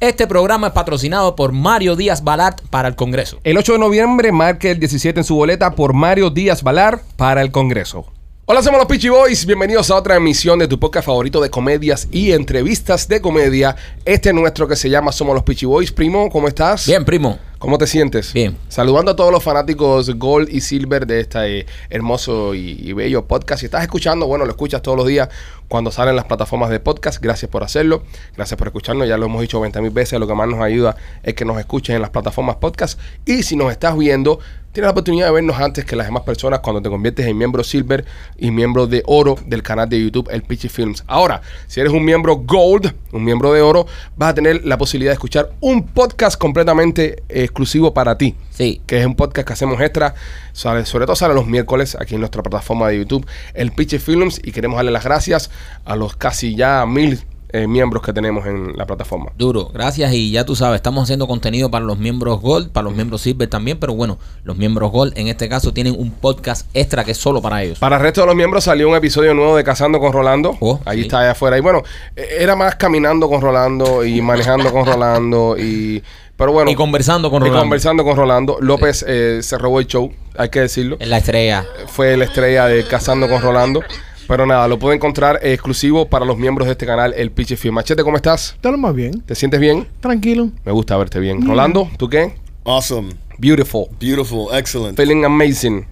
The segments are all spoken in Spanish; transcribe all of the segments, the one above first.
Este programa es patrocinado por Mario Díaz Balart para el Congreso. El 8 de noviembre marque el 17 en su boleta por Mario Díaz Valar para el Congreso. Hola, somos los Peachy Boys. Bienvenidos a otra emisión de tu podcast favorito de comedias y entrevistas de comedia. Este es nuestro que se llama Somos los Peachy Boys. Primo, ¿cómo estás? Bien, primo. ¿Cómo te sientes? Bien. Saludando a todos los fanáticos Gold y Silver de este eh, hermoso y, y bello podcast. Si estás escuchando, bueno, lo escuchas todos los días cuando salen las plataformas de podcast. Gracias por hacerlo. Gracias por escucharnos. Ya lo hemos dicho 20 mil veces. Lo que más nos ayuda es que nos escuchen en las plataformas podcast. Y si nos estás viendo, tienes la oportunidad de vernos antes que las demás personas cuando te conviertes en miembro Silver y miembro de Oro del canal de YouTube El Pichi Films. Ahora, si eres un miembro Gold, un miembro de Oro, vas a tener la posibilidad de escuchar un podcast completamente exclusivo para ti Sí. que es un podcast que hacemos extra, sale- sobre todo sale los miércoles aquí en nuestra plataforma de YouTube, el Pitch Films, y queremos darle las gracias a los casi ya mil eh, miembros que tenemos en la plataforma. Duro, gracias y ya tú sabes, estamos haciendo contenido para los miembros Gold, para los miembros Silver también, pero bueno, los miembros Gold en este caso tienen un podcast extra que es solo para ellos. Para el resto de los miembros salió un episodio nuevo de Cazando con Rolando. Oh, Ahí sí. está, allá afuera. Y bueno, eh, era más caminando con Rolando y manejando con Rolando y... Pero bueno, y conversando con y Rolando. conversando con Rolando. López eh, se robó el show, hay que decirlo. Es la estrella. fue la estrella de Cazando con Rolando. Pero nada, lo puedo encontrar eh, exclusivo para los miembros de este canal, el Pichi Film. Machete, ¿cómo estás? Está lo más bien. ¿Te sientes bien? Tranquilo. Me gusta verte bien. Rolando, ¿tú qué? Awesome. Beautiful. Beautiful. Excellent. Feeling amazing.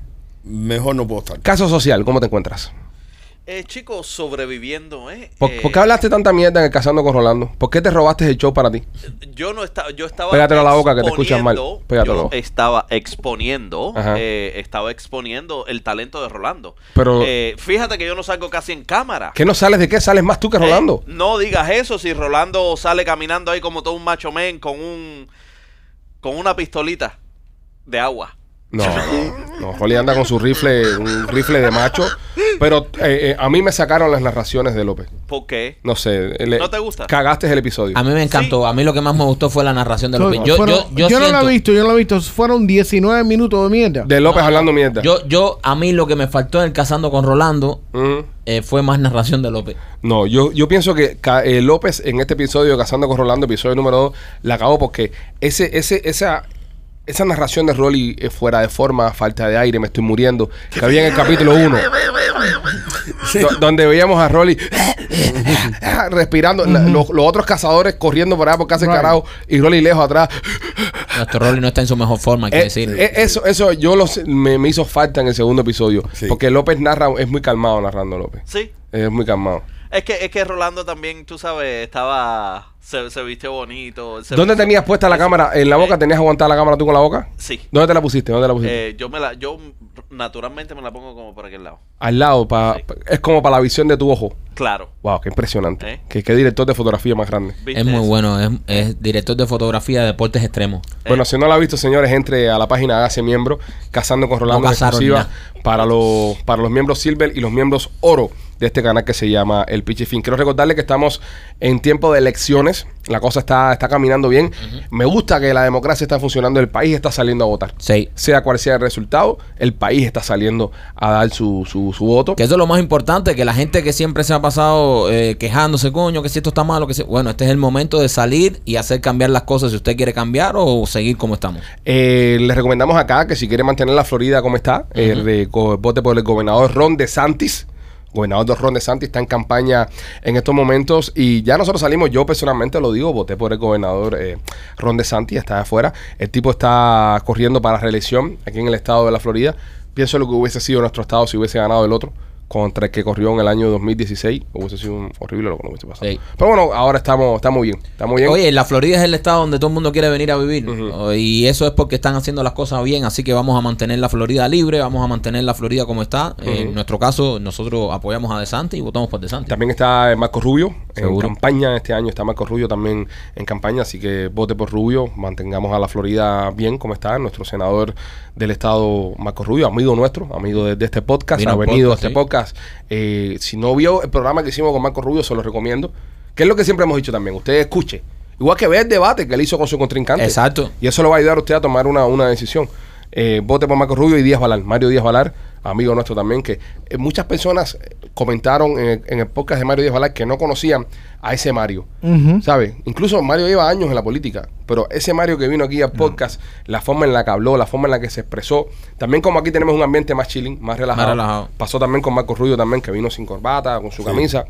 Mejor no puedo estar. Caso social, ¿cómo te encuentras? Eh, chicos, sobreviviendo, ¿eh? ¿Por, Eh, por qué hablaste tanta mierda en el Cazando con Rolando? ¿Por qué te robaste el show para ti? Yo no estaba, yo estaba. Pégatelo a la boca, que te escuchan mal. exponiendo- Pégatelo. Yo estaba exponiendo, Ajá. eh, estaba exponiendo el talento de Rolando. Pero- Eh, fíjate que yo no salgo casi en cámara. ¿Qué no sales de qué? ¿Sales más tú que Eh, Rolando? no digas eso si Rolando sale caminando ahí como todo un macho men con un con una pistolita de agua. No, no, no. Rolly anda con su rifle, un rifle de macho. Pero eh, eh, a mí me sacaron las narraciones de López. ¿Por qué? No sé. le- ¿No te gusta? Cagaste el episodio. A mí me encantó, a mí lo que más me gustó fue la narración de López. Fueron- Yo, fueron- yo, yo, no lo siento- he visto, yo no lo he visto. Fueron 19 minutos de mierda. De López hablando mierda. Yo, yo, a mí lo que me faltó en el Casando con Rolando Mm. eh, fue más narración de López. No, yo, yo pienso que Ca- eh, López en este episodio de Cazando con Rolando, episodio número 2, la acabó porque ese, ese, esa, esa narración de Rolly eh, fuera de forma, falta de aire, me estoy muriendo, que había en el capítulo 1, donde veíamos a Rolly respirando, la- los, los otros cazadores corriendo por ahí por casa del Right. carajo y Rolly lejos atrás. Nuestro Rolly no está en su mejor forma, hay que Eh, decirlo. eh, eso eso yo los, me, me hizo falta en el segundo episodio, Sí. porque López narra, es muy calmado narrando López, Sí. es muy calmado. Es que, es que Rolando también, tú sabes, estaba. Se, se vistió bonito. se ¿Dónde vistió- tenías puesta la cámara? ¿En la boca? Eh, ¿Tenías aguantada la cámara tú con la boca? Sí. ¿Dónde te la pusiste? ¿Dónde te la pusiste? Eh, yo me la, yo naturalmente me la pongo como por aquel lado. Al lado, pa- sí. pa- es como para la visión de tu ojo. Claro. Wow, qué impresionante. Eh. Qué, qué director de fotografía más grande. ¿viste Es muy eso? bueno, es, es director de fotografía de deportes extremos. Eh. Bueno, si no la ha visto, señores, entre a la página Hágase Miembro, Cazando con Rolando No en cazaron exclusiva nada. para los, para los miembros Silver y los miembros Oro de este canal que se llama El Pichifín. Quiero recordarle que estamos en tiempo de elecciones. La cosa está, está caminando bien. Me gusta que la democracia está funcionando. El país está saliendo a votar. Sí. sea cual sea el resultado, el país está saliendo a dar su, su, su voto. Que eso es lo más importante, que la gente que siempre se ha pasado eh, quejándose, coño, que si esto está malo, que si... Bueno, este es el momento de salir y hacer cambiar las cosas si usted quiere cambiar o seguir como estamos. Eh, les recomendamos acá que si quiere mantener la Florida como está, eh, re- go- vote por el gobernador Ron DeSantis. Gobernador de Ron DeSantis está en campaña en estos momentos y ya nosotros salimos. Yo personalmente lo digo, voté por el gobernador eh, Ron DeSantis, está afuera. El tipo está corriendo para reelección aquí en el estado de la Florida. Pienso lo que hubiese sido nuestro estado si hubiese ganado el otro contra el que corrió en el año 2016. Hubiese sido un- horrible lo que nos hubiese pasado. Sí. Pero bueno, ahora estamos, estamos bien. Estamos bien. Oye, la Florida es el estado donde todo el mundo quiere venir a vivir. O- Y eso es porque están haciendo las cosas bien. Así que vamos a mantener la Florida libre, vamos a mantener la Florida como está. Eh, en nuestro caso, nosotros apoyamos a DeSantis y votamos por DeSantis. También está eh, Marco Rubio, en Seguro. campaña este año. Está Marco Rubio también en campaña, así que vote por Rubio. Mantengamos a la Florida bien como está. Nuestro senador del estado, Marco Rubio, amigo nuestro, amigo de, de este podcast, Vino ha al venido podcast, a este sí. podcast. Eh, si no vio el programa que hicimos con Marco Rubio, se lo recomiendo. Que es lo que siempre hemos dicho también. Usted escuche. Igual que ve el debate que él hizo con su contrincante. Exacto. Y eso lo va a ayudar a usted a tomar una, una decisión. Eh, vote por Marco Rubio y Díaz Valar. Mario Díaz Valar, amigo nuestro también, que eh, muchas personas eh, comentaron en el, en el podcast de Mario Díaz Valar que no conocían a ese Mario. Ujú. ¿Sabes? Incluso Mario lleva años en la política, pero ese Mario que vino aquí al podcast, la forma en la que habló, la forma en la que se expresó, también como aquí tenemos un ambiente más chilling, más relajado. Más relajado. Pasó también con Marco Rubio también, que vino sin corbata, con su camisa.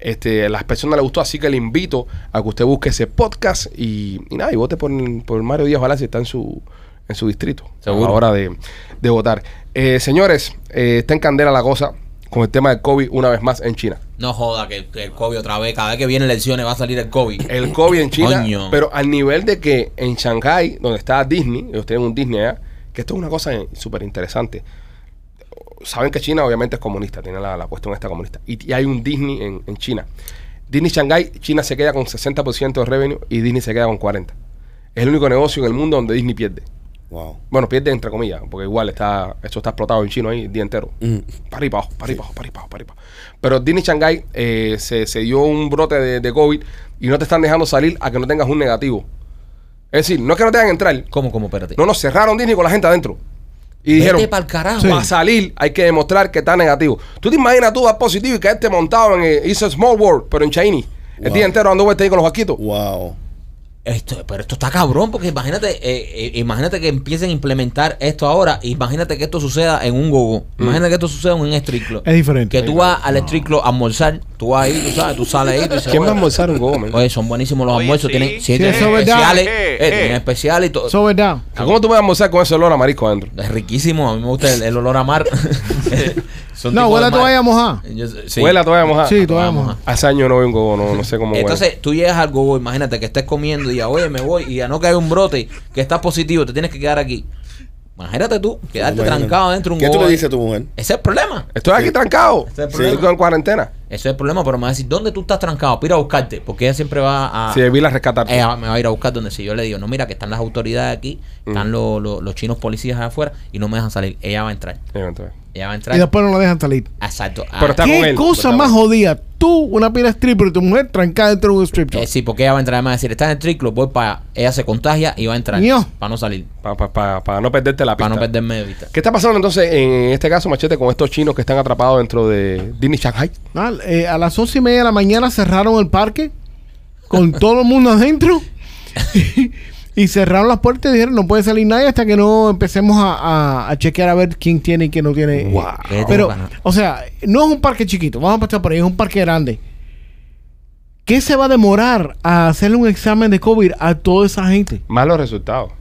Este, las personas le gustó, así que le invito a que usted busque ese podcast y, y nada, y vote por, por Mario Díaz Balá si está en su en su distrito. Seguro. A la hora de, de votar. Eh, señores, eh, está en candela la cosa con el tema del COVID una vez más en China. No joda que, que el COVID otra vez. Cada vez que vienen elecciones va a salir el COVID. El COVID en China, Coño. pero al nivel de que en Shanghai, donde está Disney, ellos tienen un Disney allá, que esto es una cosa súper interesante. Saben que China obviamente es comunista, tiene la, la cuestión esta comunista. Y, y hay un Disney en, en China. Disney Shanghai, China se queda con 60% de revenue y Disney se queda con 40%. Es el único negocio en el mundo donde Disney pierde. Wow. Bueno, pierde entre comillas, porque igual está, esto está explotado en chino ahí el día entero. Mm. Para y para abajo, para y para abajo, para y para abajo, para y para abajo. Pero Disney Shanghai eh, se, se dio un brote de, de COVID y no te están dejando salir a que no tengas un negativo. Es decir, no es que no te dejan entrar. ¿Cómo, cómo? Espérate. No, no, cerraron Disney con la gente adentro. Y Vete dijeron, pa'l carajo. para salir hay que demostrar que está negativo. ¿Tú te imaginas tú dar positivo y caerte montado en eh, It's a Small World, pero en Chinese? El Wow. día entero dando vueltas ahí con los vaquitos. Wow. Esto, pero esto está cabrón, porque imagínate, eh, eh, imagínate que empiecen a implementar esto ahora. Imagínate que esto suceda en un gogo. Mm. Imagínate que esto suceda en un street club. Es diferente. Que tú vas al street club a almorzar, tú vas ahí, tú sabes, tú sales ahí, tú dices, ¿Quién va a "Bueno, almorzar un Gómez? Oye, son buenísimos los Oye, almuerzos, sí. tienen, Sí, tienen eso es verdad. especiales, Eh, eh, eh. tienen especiales y todo. Eso es verdad. ah, ¿Cómo tú vas a almorzar con ese olor a marisco adentro? es riquísimo, a mí me gusta el, el olor a mar. Son tipo No, de huele a mar. toalla mojada. Yo sé- sí. Huele a todavía mojada. Sí, toalla ah, Vamos. mojada. Hace años no veo un gogo, no, no sé cómo huele. Entonces, tú llegas al gogo, imagínate que estés comiendo y ya, oye, me voy, y ya no que hay un brote, que estás positivo, te tienes que quedar aquí. Imagínate tú, quedarte Imagínate. trancado dentro de un ¿Qué tú gogo le ahí. dices a tu mujer? Ese es el problema. Estoy aquí trancado. Ese es el problema. Estoy en cuarentena. Ese es el problema, pero me va a decir, ¿dónde tú estás trancado? Para ir a buscarte, porque ella siempre va a... Si vi la rescatarte. Ella me va a ir a buscar donde si yo le digo, no, mira, que están las autoridades aquí, están los, los- los chinos policías allá afuera y no me dejan salir. Ella va a entrar. Sí, entonces. Ella va a Y entrar. después no la dejan salir. Exacto. Ah, Pero está con ¿Qué él. cosa Está más con- jodida? Tú, una pira stripper y tu mujer trancada dentro de un strip club. eh, sí, porque ella va a entrar. Además, decir, está en el triclo, voy para. Ella se contagia y va a entrar. Ño. Para no salir. Para no perderte la pista. Para no perderme de vista. ¿Qué está pasando entonces en este caso, Machete, con estos chinos que están atrapados dentro de Disney Shanghai? Ah, eh, a las once y media de la mañana cerraron el parque con todo el mundo adentro y cerraron las puertas y dijeron no puede salir nadie hasta que no empecemos a, a- a chequear a ver quién tiene y quién no tiene. Vete Pero, pa- o sea, no es un parque chiquito, vamos a pasar por ahí, es un parque grande. ¿Qué se va a demorar a hacerle un examen de COVID a toda esa gente? Malos resultados.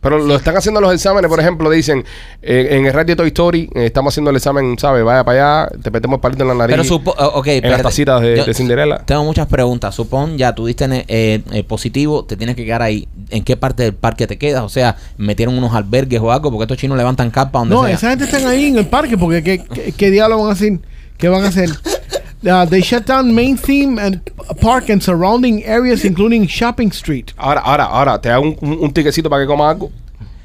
Pero lo están haciendo los exámenes, por ejemplo, dicen eh, en el radio Toy Story, eh, estamos haciendo el examen, ¿sabes? Vaya para allá, te metemos el palito en la nariz. Pero supo. oh, ok, en las espérate. tacitas de, Yo- de Cinderella. Tengo muchas preguntas. Supón ya tuviste eh, eh, positivo, te tienes que quedar ahí. ¿En qué parte del parque te quedas? O sea, metieron unos albergues o algo, porque estos chinos levantan capa donde No, sea. esa gente están ahí en el parque porque ¿qué, qué, qué diablo van a hacer? ¿Qué van a hacer? Uh, they shut down main theme and park and surrounding areas including shopping street. Ahora, ahora, ahora, te hago un, un, un tiquecito para que comas algo.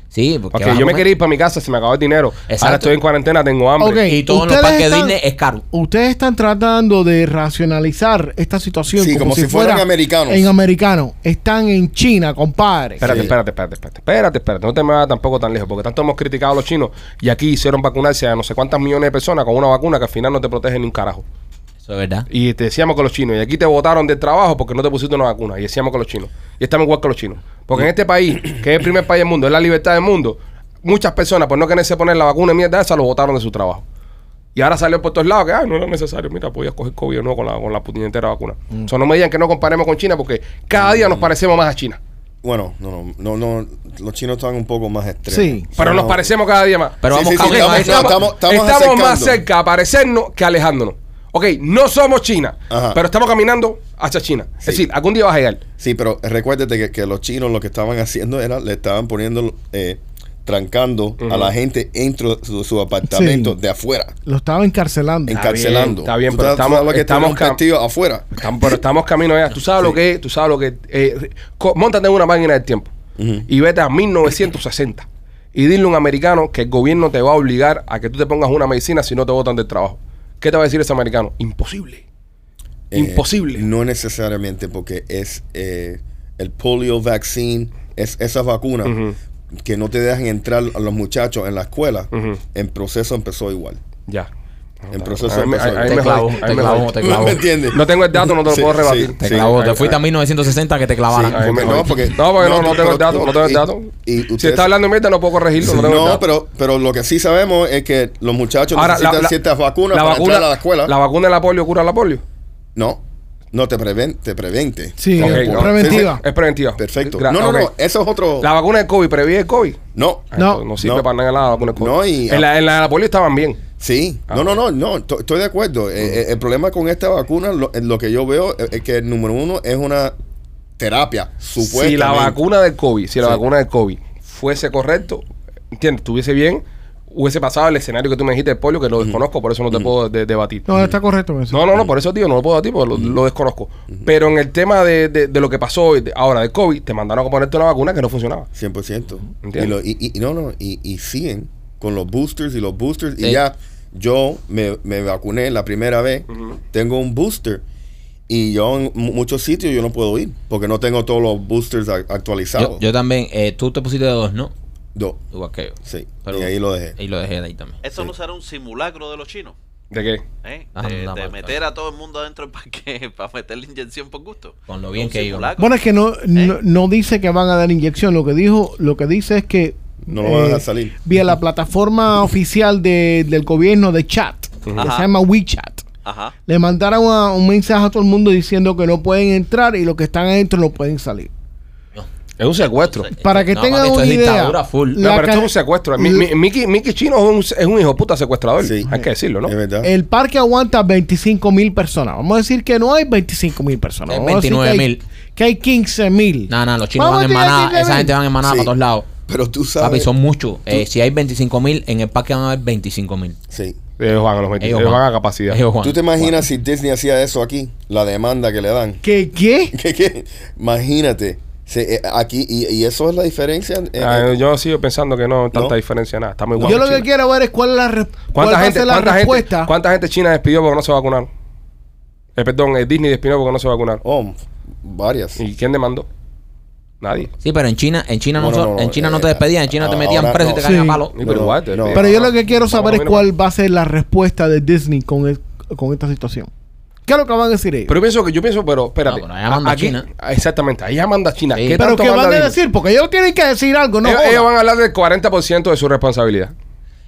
Sí, porque Ok, vas a yo me comer. quería ir para mi casa, se me acabó el dinero. Ahora Exacto. estoy en cuarentena, tengo hambre. Ok. Y todo en los Ustedes parques están- Disney es caro. Ustedes están tratando de racionalizar esta situación Sí, como si fueran americanos. En americano. Están en China, compadre. Espérate, Sí. espérate, espérate, espérate, espérate, espérate, no te me vayas tampoco tan lejos, porque tanto hemos criticado a los chinos y aquí hicieron vacunarse a no sé cuántas millones de personas con una vacuna que al final no te protege ni un carajo. Eso es verdad. Y te decíamos que los chinos, y aquí te votaron del trabajo porque no te pusiste una vacuna, y decíamos que los chinos, y estamos igual que los chinos. Porque en este país, que es el primer país del mundo, es la libertad del mundo, muchas personas por no quererse poner la vacuna y mierda esa, lo votaron de su trabajo. Y ahora salió por todos lados que, ah, no era necesario, mira, podías coger COVID o no con la, con la puñetera vacuna. O sea, no me digan que no comparemos con China porque cada día nos parecemos más a China. Bueno, no, no, no, no, los chinos están un poco más extremos. Sí. Pero Son nos más- parecemos cada día más. Pero Sí, vamos sí, sí, camino a estamos- eso. no, estamos- estamos más acercando. cerca a parecernos que alejándonos. Ok, no somos China, Ajá. pero estamos caminando hacia China. Es Sí. decir, algún día vas a llegar. Sí, pero recuérdate que, que los chinos lo que estaban haciendo era, le estaban poniendo eh, trancando a la gente dentro de su, su apartamento Sí. de afuera, Lo estaba encarcelando. Está bien, encarcelando. está bien, Tú pero sabes- tú estamos- sabes que estamos tuvieron cam- un castigo afuera. Tam- Pero estamos camino allá. Tú sabes lo que es, tú sabes lo que es. Eh, co- móntate en una máquina del tiempo y vete a 1960 y dile a un americano que el gobierno te va a obligar a que tú te pongas una medicina si no te botan del trabajo. ¿Qué te va a decir ese americano? Imposible. Eh, Imposible. No necesariamente porque es eh, el polio vaccine, es esas vacunas Ujú. que no te dejan entrar a los muchachos en la escuela. Ujú. En proceso empezó igual. Ya. En proceso A mí me- empezó a- a mí igual. Te me clavo, jodiste, a te mí me clavo, jodiste. te clavo. ¿Me entiendes? No tengo el dato, no te lo puedo rebatir. sí, Te sí. clavó, te ahí, fuiste ahí. a 1960 que te Sí, clavara. ahí. porque- no, no, porque No, porque no, no tengo el dato, no tengo el y- dato. y ustedes- si está hablando mierda, no puedo corregirlo. no Sí, tengo el no, dato. pero, pero lo que sí sabemos es que los muchachos necesitan ciertas vacunas la para vacuna- entrar a la escuela. La vacuna de la polio cura la polio. no, no te preven, te prevente. Sí, eh, Ok, Con- no. con- preventiva. Eh, Es preventiva. Perfecto. Gra- no, no, ok. no, eso es otro. La vacuna del COVID, previene el COVID. no, Ah, No. entonces No sirve No. para nada la vacuna del COVID. No, y- en, la, en la de la polio estaban bien. Sí, Ah, no, no, no, no, to- estoy de acuerdo. Eh, eh, el problema con esta vacuna, lo, eh, lo que yo veo es, es que el número uno es una terapia, supuestamente. Si la vacuna del COVID, si la Sí. vacuna del COVID fuese correcto, ¿entiendes? Estuviese bien, hubiese pasado el escenario que tú me dijiste del polio, que lo desconozco, por eso no te puedo de- debatir. No, está correcto. me dice. No, no, no, por eso, tío, no lo puedo a ti porque lo, lo desconozco. Pero en el tema de, de- de lo que pasó hoy, de- ahora del COVID, te mandaron a ponerte una vacuna que no funcionaba. 100%. Entiendo. Y, lo- y- y- y no, no, y, y siguen con los boosters y los boosters. Sí. Y ya yo me, me vacuné la primera vez, tengo un booster. Y yo en mu- muchos sitios yo no puedo ir porque no tengo todos los boosters a- actualizados. Yo, yo también, eh, tú te pusiste de dos, ¿no? Do- Igual que yo. sí, Pero- y ahí lo dejé. Y lo dejé ahí también. Eso no será un simulacro de los chinos. ¿De qué? ¿eh? Ah, De, anda, de mal, meter a todo el mundo adentro del parque para meter la inyección por gusto. Con lo bien Un que iba. simulacro. Bueno, es que no, Eh. no, no dice que van a dar inyección. Lo que dijo, lo que dice es que eh, No Eh, lo van a dejar salir. vía la plataforma oficial de- del gobierno de chat, que Ajá. se llama WeChat. Ajá. Le mandaron a- un mensaje a todo el mundo diciendo que no pueden entrar y los que están adentro no pueden salir. Es un secuestro. Para que No, tengan papi, esto una es idea. dictadura full. No, la pero esto ca- es un secuestro. Mi- mi- Mickey, Mickey Chino es un, es un hijo puta secuestrador. Sí. Hay que decirlo, ¿no? Eh, Es verdad. El parque aguanta 25 mil personas. Vamos a decir que no hay 25 mil personas. Hay Vamos a decir que hay- 29.000. Que hay 15 mil. No, no, los chinos van Vamos a en tirar manada. 15.000. Esa gente van en manada Sí. para todos lados. Pero tú sabes. Papi, son muchos. Eh, si hay 25 mil, en el parque van a haber 25 mil. Sí. Ellos van a los 20, ellos, van a capacidad. ¿Tú te imaginas si Disney hacía eso aquí? La demanda que le dan. ¿Qué? ¿Qué? Que- que- Imagínate. Se- eh, aquí, y, y eso es la diferencia. eh, Ah, eh, yo sigo pensando que no tanta No. diferencia nada. Está muy guapo Yo lo China. que quiero ver es cuál es la, re- cuál ¿Cuánta va a gente, ser la cuánta, gente, respuesta. ¿Cuánta gente China despidió porque no se vacunaron? Eh, perdón, eh, Disney despidió porque no se vacunaron. oh, varias. ¿Y quién demandó? Nadie. Sí, pero en China, en China no, No, no, so- no, en China no eh, te despedían, en China te ahora metían preso y te no. caían a Sí. palo. Ni pero igual, te- no. te- Pero yo lo que quiero Vamos saber es Eh, a ver. cuál va a ser la respuesta de Disney con, el- con esta situación. ¿Qué es lo que van a decir ellos? Pero yo pienso que yo pienso, pero espérate. No, pero allá manda Aquí- China. ah, Exactamente, allá manda China. Sí. ¿Qué Pero, tanto ¿qué manda van a Disney? decir? Porque ellos tienen que decir algo, no ellos, ellos jodan. van a hablar del 40% de su responsabilidad.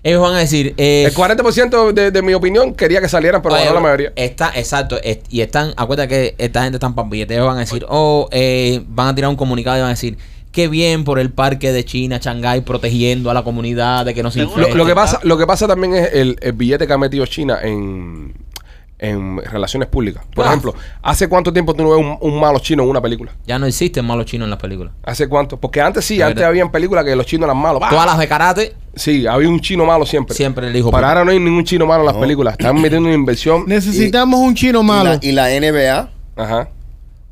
Ellos van a decir. eh, El 40% de, de mi opinión quería que salieran, pero oye, eh, ganó la mayoría. Está, exacto. es- y están, acuérdate que esta gente están pampilletes. Ellos van a decir, oh, eh, van a tirar un comunicado y van a decir, qué bien por el parque de China, Shanghái, protegiendo a la comunidad de que no se Tengo- Lo, infecte. lo que pasa, lo que pasa también es el, el billete que ha metido China en, en relaciones públicas. Por Ah. ejemplo, ¿hace cuánto tiempo tú no ves un, un malo chino en una película? Ya no existen malos chinos en las películas. ¿Hace cuánto? Porque antes sí, De antes verdad. había películas que los chinos eran malos. ¡Bah! Todas las de karate, Sí, había un chino malo siempre. siempre el hijo. Pero ahora no hay ningún chino malo en las películas. Están metiendo una inversión. Necesitamos un chino malo. Y la, y la NBA. Ajá,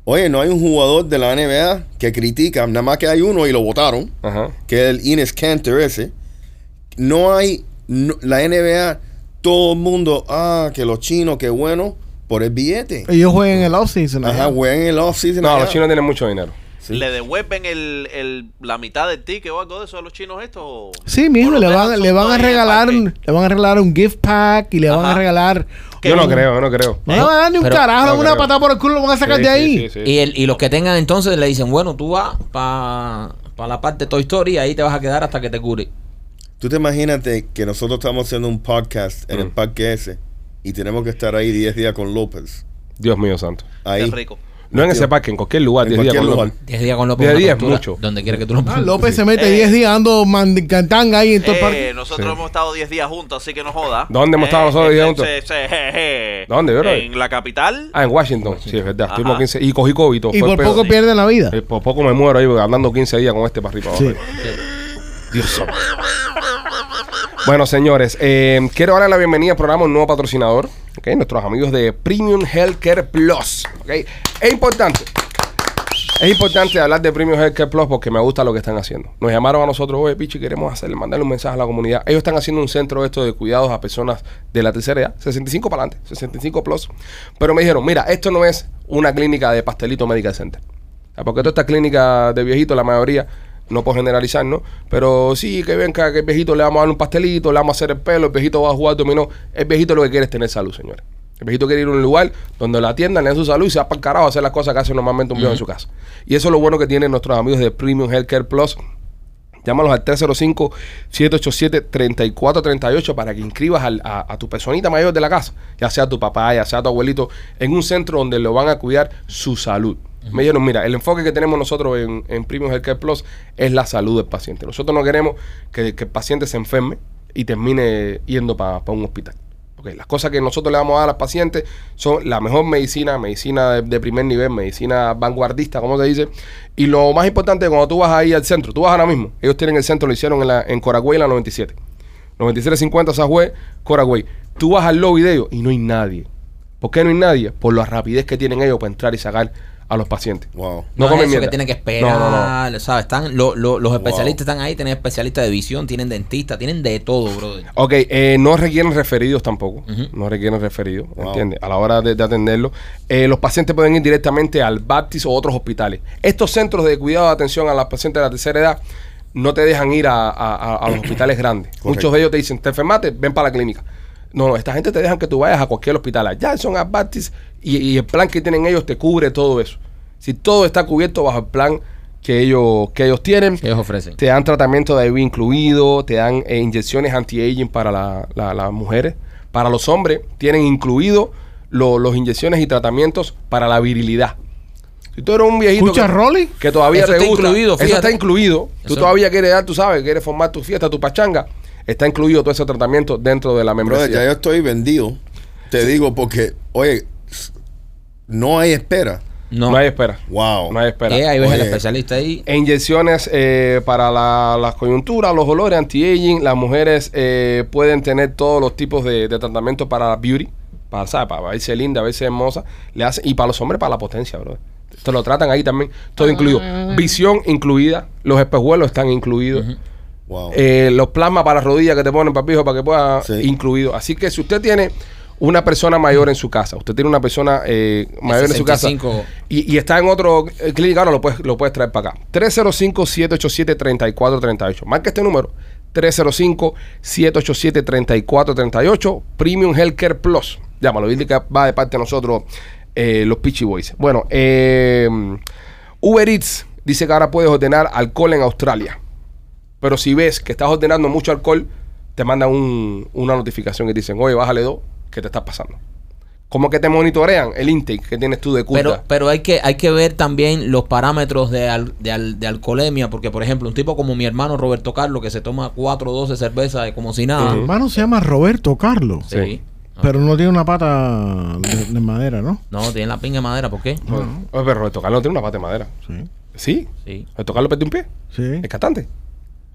Oye, no hay un jugador de la NBA que critica, nada más que hay uno y lo votaron, ajá. que es el Ines Cantor ese. No hay, no- la NBA, todo el mundo, ah, que los chinos, qué bueno, por el billete. Ellos juegan en el offseason. Ajá, allá. juegan en el offseason. No, allá. los chinos tienen mucho dinero. Sí. ¿Le devuelven el, el- la mitad del ticket o algo de eso a los chinos estos? o- Sí, o mijo, los le dejan van, le van a sueltos ahí en el regalar, parque? le van a regalar un gift pack y le van a Ajá. regalar. Yo no creo, yo no creo. No le van a dar ni un Pero- carajo, no una creo. patada por el culo lo van a sacar Sí, de sí, ahí. sí, sí. Y, el- y los que tengan entonces le dicen, bueno, tú vas para la parte de Toy Story y ahí te vas a quedar hasta que te cure. Tú te imagínate que nosotros estamos haciendo un podcast en Mm. el parque ese y tenemos que estar ahí 10 días con López. Dios mío santo. Ahí. Qué rico. No en Tío. ese parque, en cualquier lugar. En diez días cualquier con lugar. López. 10 días con López. Diez una días es tortura, mucho. Donde quiera que tú lo Ah, pongas. López se mete Eh. 10 días dando mandicantanga ahí en todo el Eh, parque. nosotros Sí. hemos estado 10 días juntos, así que no joda. ¿Dónde hemos Eh, estado nosotros 10 juntos? sí, sí, je, je. ¿Dónde, bro? En la capital. Ah, en Washington. Sí, es verdad. Ajá. Estuvimos 15 y cogí COVID. todo. Y Fue por peor. poco pierden la vida. Eh, por poco me muero ahí, porque andando 15 días con este para arriba. para Sí. abajo. Dios mío. Bueno, señores, eh, quiero darle la bienvenida al programa a un nuevo patrocinador, ¿ok? nuestros amigos de Premium Healthcare Plus. ¿ok? Es importante. Es importante hablar de Premium Healthcare Plus porque me gusta lo que están haciendo. Nos llamaron a nosotros, oye, Pichi, queremos hacerle, mandarle un mensaje a la comunidad. Ellos están haciendo un centro esto de cuidados a personas de la tercera edad, 65 para adelante, 65 plus. Pero me dijeron, mira, esto no es una clínica de pastelito medical center. O sea, Porque todas estas clínicas de viejitos, la mayoría, no por generalizar, ¿no? Pero sí, que ven que el viejito le vamos a dar un pastelito, le vamos a hacer el pelo, el viejito va a jugar dominó. El viejito lo que quiere es tener salud, señores. El viejito quiere ir a un lugar donde la atiendan, le den su salud y se va para el carajo a hacer las cosas que hace normalmente un viejo en su casa. Y eso es lo bueno que tienen nuestros amigos de Premium Healthcare Plus. Llámalos al 305-787-3438 para que inscribas al- a, a tu personita mayor de la casa, ya sea tu papá, ya sea tu abuelito, en un centro donde lo van a cuidar su salud. Me dijeron, mira, el enfoque que tenemos nosotros en, en Premium Healthcare Plus es la salud del paciente. Nosotros no queremos que, que el paciente se enferme y termine yendo para un hospital. Ok, Las cosas que nosotros le vamos a dar al paciente son la mejor medicina, medicina de, de primer nivel, medicina vanguardista, como se dice. Y lo más importante, cuando tú vas ahí al centro, tú vas ahora mismo, ellos tienen el centro, lo hicieron en, la, en Coragüey, en la 97. 9750 Sajue, Coragüey. Tú vas al lobby de ellos y no hay nadie. ¿Por qué no hay nadie? Por la rapidez que tienen ellos para entrar y sacar a los pacientes. Wow. No, comen es eso que mierda. tienen que esperar, No, no, no. ¿sabes? Están, lo- lo- los Wow. especialistas están ahí, tienen especialistas de visión, tienen dentista, tienen de todo, brother. Ok, eh, no requieren referidos tampoco. No requieren referidos, Wow. ¿entiendes? A la hora de, de atenderlo. Eh, los pacientes pueden ir directamente al Baptist o otros hospitales. Estos centros de cuidado de atención a los pacientes de la tercera edad no te dejan ir a, a- a- a los hospitales grandes. Correcto. Muchos de ellos te dicen, te enfermaste, ven para la clínica. No, no, esta gente te dejan que tú vayas a cualquier hospital, a Jackson, a Baptist, y, y el plan que tienen ellos te cubre todo eso. Si todo está cubierto bajo el plan que ellos, que ellos tienen. Que ellos ofrecen. Te dan tratamiento de IV incluido, te dan eh, inyecciones anti-aging para la- la- las mujeres. Para los hombres, tienen incluido lo- los inyecciones y tratamientos para la virilidad. Si tú eres un viejito ¿Escucha, que, Rolly? que todavía Eso te está gusta, incluido, eso está fíjate. incluido. Tú Eso- todavía quieres dar, tú sabes, quieres formar tu fiesta, tu pachanga. Está incluido todo ese tratamiento dentro de la membresía. Brother, ya yo estoy vendido. Te digo porque, oye, no hay espera. No. No hay espera. Wow. No hay espera. Eh, ahí ves el Oye. especialista ahí. E Inyecciones eh, para la- las coyunturas, los olores, anti-aging. Las mujeres eh, pueden tener todos los tipos de, de tratamiento para beauty, para, ¿sabes? para verse linda, verse hermosa. Le hacen, y para los hombres, para la potencia, bro. Te lo tratan ahí también, todo incluido. Visión incluida, los espejuelos están incluidos. Wow. Eh, los plasmas para las rodillas que te ponen papijo para que pueda Sí. incluido. Así que si usted tiene una persona mayor en su casa, usted tiene una persona eh, mayor en su casa 65. y, y está en otro eh, clínica, ahora lo puedes, lo puedes traer para acá. 305-787-3438. Marca este número. 305-787-3438. Premium Healthcare Plus. Llámalo, dile que va de parte de nosotros eh, los Peachy Boys. Bueno, eh, Uber Eats dice que ahora puedes ordenar alcohol en Australia. Pero si ves que estás ordenando mucho alcohol, te mandan un- una notificación que dicen, oye, bájale dos, que te estás pasando. Como que te monitorean el intake que tienes tú de culpa. Pero, pero hay que hay que ver también los parámetros de, al- de, al- de alcoholemia, porque por ejemplo, un tipo como mi hermano Roberto Carlos, que se toma 4 o 12 cervezas eh, como si nada. Ujú. hermano se llama Roberto Carlos. Sí. Sí. Pero no tiene una pata de, de madera, ¿no? No, tiene la pinga de madera, ¿por qué? Oye, pero Roberto Carlos no tiene una pata de madera. Sí. ¿Sí? Sí. Roberto Carlos perdió un pie. Sí. Es cantante.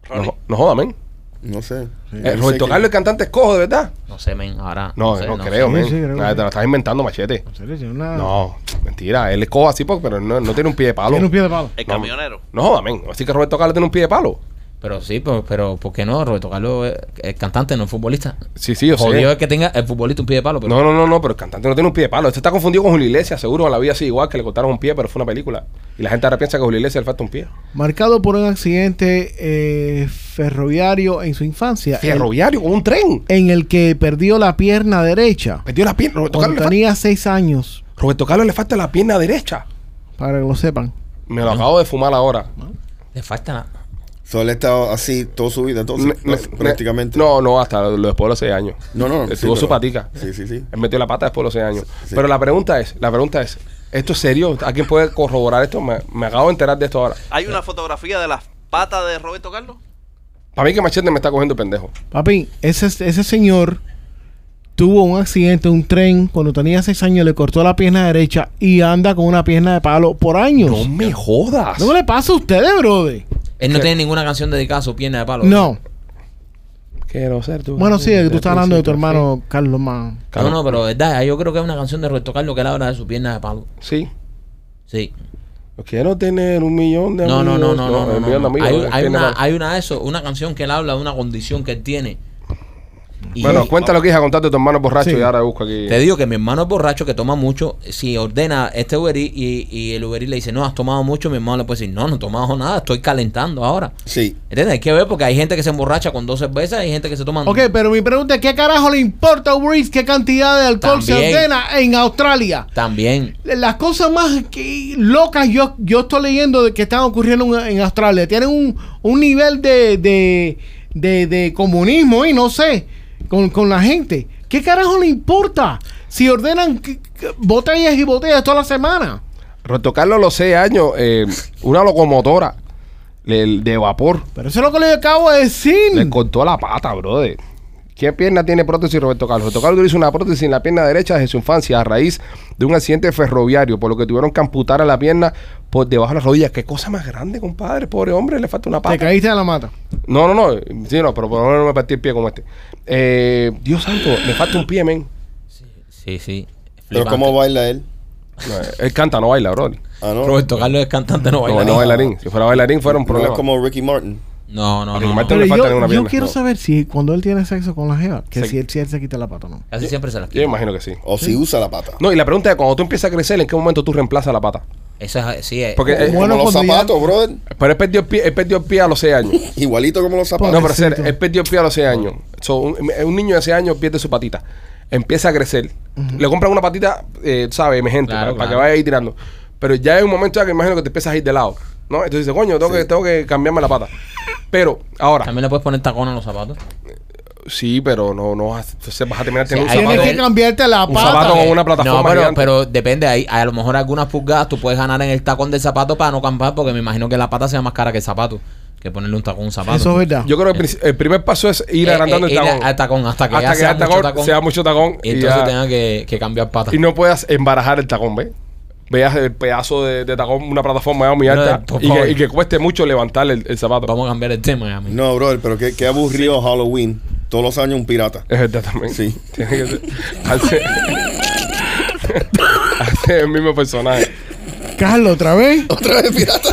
No, Rolly. jo- no joda, men. no sé. Sí. Eh, Yo sé Roberto que- Carlos es cantante es cojo, de verdad. No sé, men, ahora. No, no, sé, sé. creo, sé. men. Sí, sí, creo Ah, te que sí. Ah. lo estás inventando, machete. En serio, tiene una- No, mentira. Él es cojo así, po, pero no, no tiene un pie de palo. Tiene un pie de palo. El No. camionero. No joda, men. Así que Roberto Carlos tiene un pie de palo. Pero sí, pero, pero ¿por qué no? Roberto Carlos es, es cantante, no es futbolista. Sí, sí, yo sé. Jodido es que tenga el futbolista un pie de palo, pero. No, no, no, no, pero el cantante no tiene un pie de palo. Este está confundido con Julio Iglesias, seguro. La vida así igual que le cortaron un pie, pero fue una película. Y la gente ahora piensa que Julio Iglesias le falta un pie. Marcado por un accidente eh, ferroviario en su infancia. Ferroviario, con un tren. el- en el que perdió la pierna derecha. Perdió la pierna. Roberto Carlos, Cuando le falta, tenía seis años, Roberto Carlos le falta la pierna derecha. para que lo sepan. Me lo acabo de fumar ahora. Le falta nada. Solo he estado así toda su vida, entonces, Me- me- pr- pues, prácticamente. me- no, no, hasta lo, lo después de los seis años. no, no. no, Él sí, tuvo su pero- patica. Sí, sí, sí. Él metió la pata después de los seis años. Sí, sí. Pero la pregunta es, la pregunta es, ¿esto es serio? ¿Alguien puede corroborar esto? Me, me acabo de enterar de esto ahora. Hay una fotografía de las patas de Roberto Carlos. Para mí que Machete me está cogiendo el pendejo. Papi, ese, ese señor tuvo un accidente, un tren, cuando tenía seis años, le cortó la pierna derecha y anda con una pierna de palo por años. No me jodas. ¿No le pasa a ustedes, brother? Él no tiene ninguna canción dedicada a su pierna de palo. No. Quiero ser tú. Bueno, sí, tú estás hablando de tu hermano Carlos más. No, no, pero verdad, yo creo que es una canción de Roberto Carlos que él habla de su pierna de palo. Sí. Sí. Quiero tener un millón de No, no, amigos. no, no, no, un no, millón de no. amigos, Hay, él hay eh, tiene una, más. hay una de eso, una canción que él habla de una condición que él tiene. Y- Bueno, pues, cuenta lo que hija contarte de tu hermano borracho Sí. y ahora busco aquí. Te digo que mi hermano es borracho que toma mucho. Si ordena este Uber Eats y, y el Uber Eats le dice, no, has tomado mucho, mi hermano le puede decir, no, no he tomado nada, estoy calentando ahora. Sí. ¿Entiendes? Hay que ver porque hay gente que se emborracha con dos cervezas y hay gente que se toma... Ok, pero mi pregunta es: ¿qué carajo le importa a Uber Eats qué cantidad de alcohol se También. ordena en Australia? También. Las cosas más que- locas yo, yo estoy leyendo de que están ocurriendo en, en Australia. Tienen un, un nivel de, de, de- de comunismo y no sé, con, con la gente. ¿Qué carajo le importa si ordenan que- que- botellas y botellas toda la semana? Roberto Carlos, a los seis años, eh, una locomotora le- de vapor Pero eso es lo que le acabo de le decir. cortó la pata, brother. ¿Qué pierna tiene prótesis Roberto Carlos? Roberto Carlos hizo una prótesis en la pierna derecha desde su infancia a raíz de un accidente ferroviario, por lo que tuvieron que amputar a la pierna por debajo de las rodillas. Qué cosa más grande, compadre. Pobre hombre, le falta una Te pata. caíste de la mata. No, no, no. Sí, no, pero por lo menos no me partí el pie como este. Eh, Dios santo, le falta un pie, men. Sí, sí. Pero ¿cómo baila él? No, él canta, no baila, brother. Ah, no. Roberto Carlos es cantante, no No, baila. no bailarín. Si fuera bailarín, fuera un No es problema. como Ricky Martin. No, no, Porque no, Marta no. le Pero falta yo, ninguna yo pierna. quiero No. saber si cuando él tiene sexo con la jeva, que Se- si, él- si él se quita la pata o no. Casi siempre se las quita. Yo imagino que sí. O si usa la pata. No, y la pregunta es, cuando tú empiezas a crecer, ¿en qué momento tú reemplazas la pata? Eso es, sí, es- Porque eh, Bueno, como los cuando ya- zapatos, brother. pero él perdió, el pie, él perdió el pie a los 6 años. Igualito como los zapatos. No, pero ser, Pobrecito. él perdió el pie a los 6 años. So, un, un niño de 6 años pierde su patita. Empieza a crecer. Le compran una patita, eh, ¿sabes? Emergente, para, Claro, para que claro. vaya a ir tirando. Pero ya hay un momento ya que imagino que te empiezas a ir de lado. ¿No? Entonces dices, coño, tengo, que, tengo que cambiarme la pata. Pero, ahora, eh, También le puedes poner tacón a los zapatos. sí, pero no, no vas, entonces vas a terminar teniendo hay un Tienes zapato. que nivel- cambiarte la un pata. zapato Ah, con una plataforma No, pero, gigante. pero depende. Ahí, a lo mejor algunas pulgadas tú puedes ganar en el tacón del zapato para no campar, porque me imagino que la pata sea más cara que el zapato. Que ponerle un tacón a un zapato. Eso es verdad. Yo creo que el, princi- el primer paso es ir Eh, agrandando eh, el ir tacón. al tacón, hasta que ya sea el mucho tacón, tacón. sea mucho tacón. Y entonces ya- tenga que, que cambiar pata. y no puedas embarajar el tacón, ¿ves? Veas el pedazo de, de tacón, una plataforma ya muy Brother, alta por y que, favor. y que cueste mucho levantar el, el zapato. Vamos a cambiar el tema, ya, amigo. No, brother, pero qué, qué aburrido Halloween. Todos los años un pirata. Es verdad también. Sí. Tiene que ser. Hace, hace el mismo personaje. Carlos, otra vez. Otra vez pirata.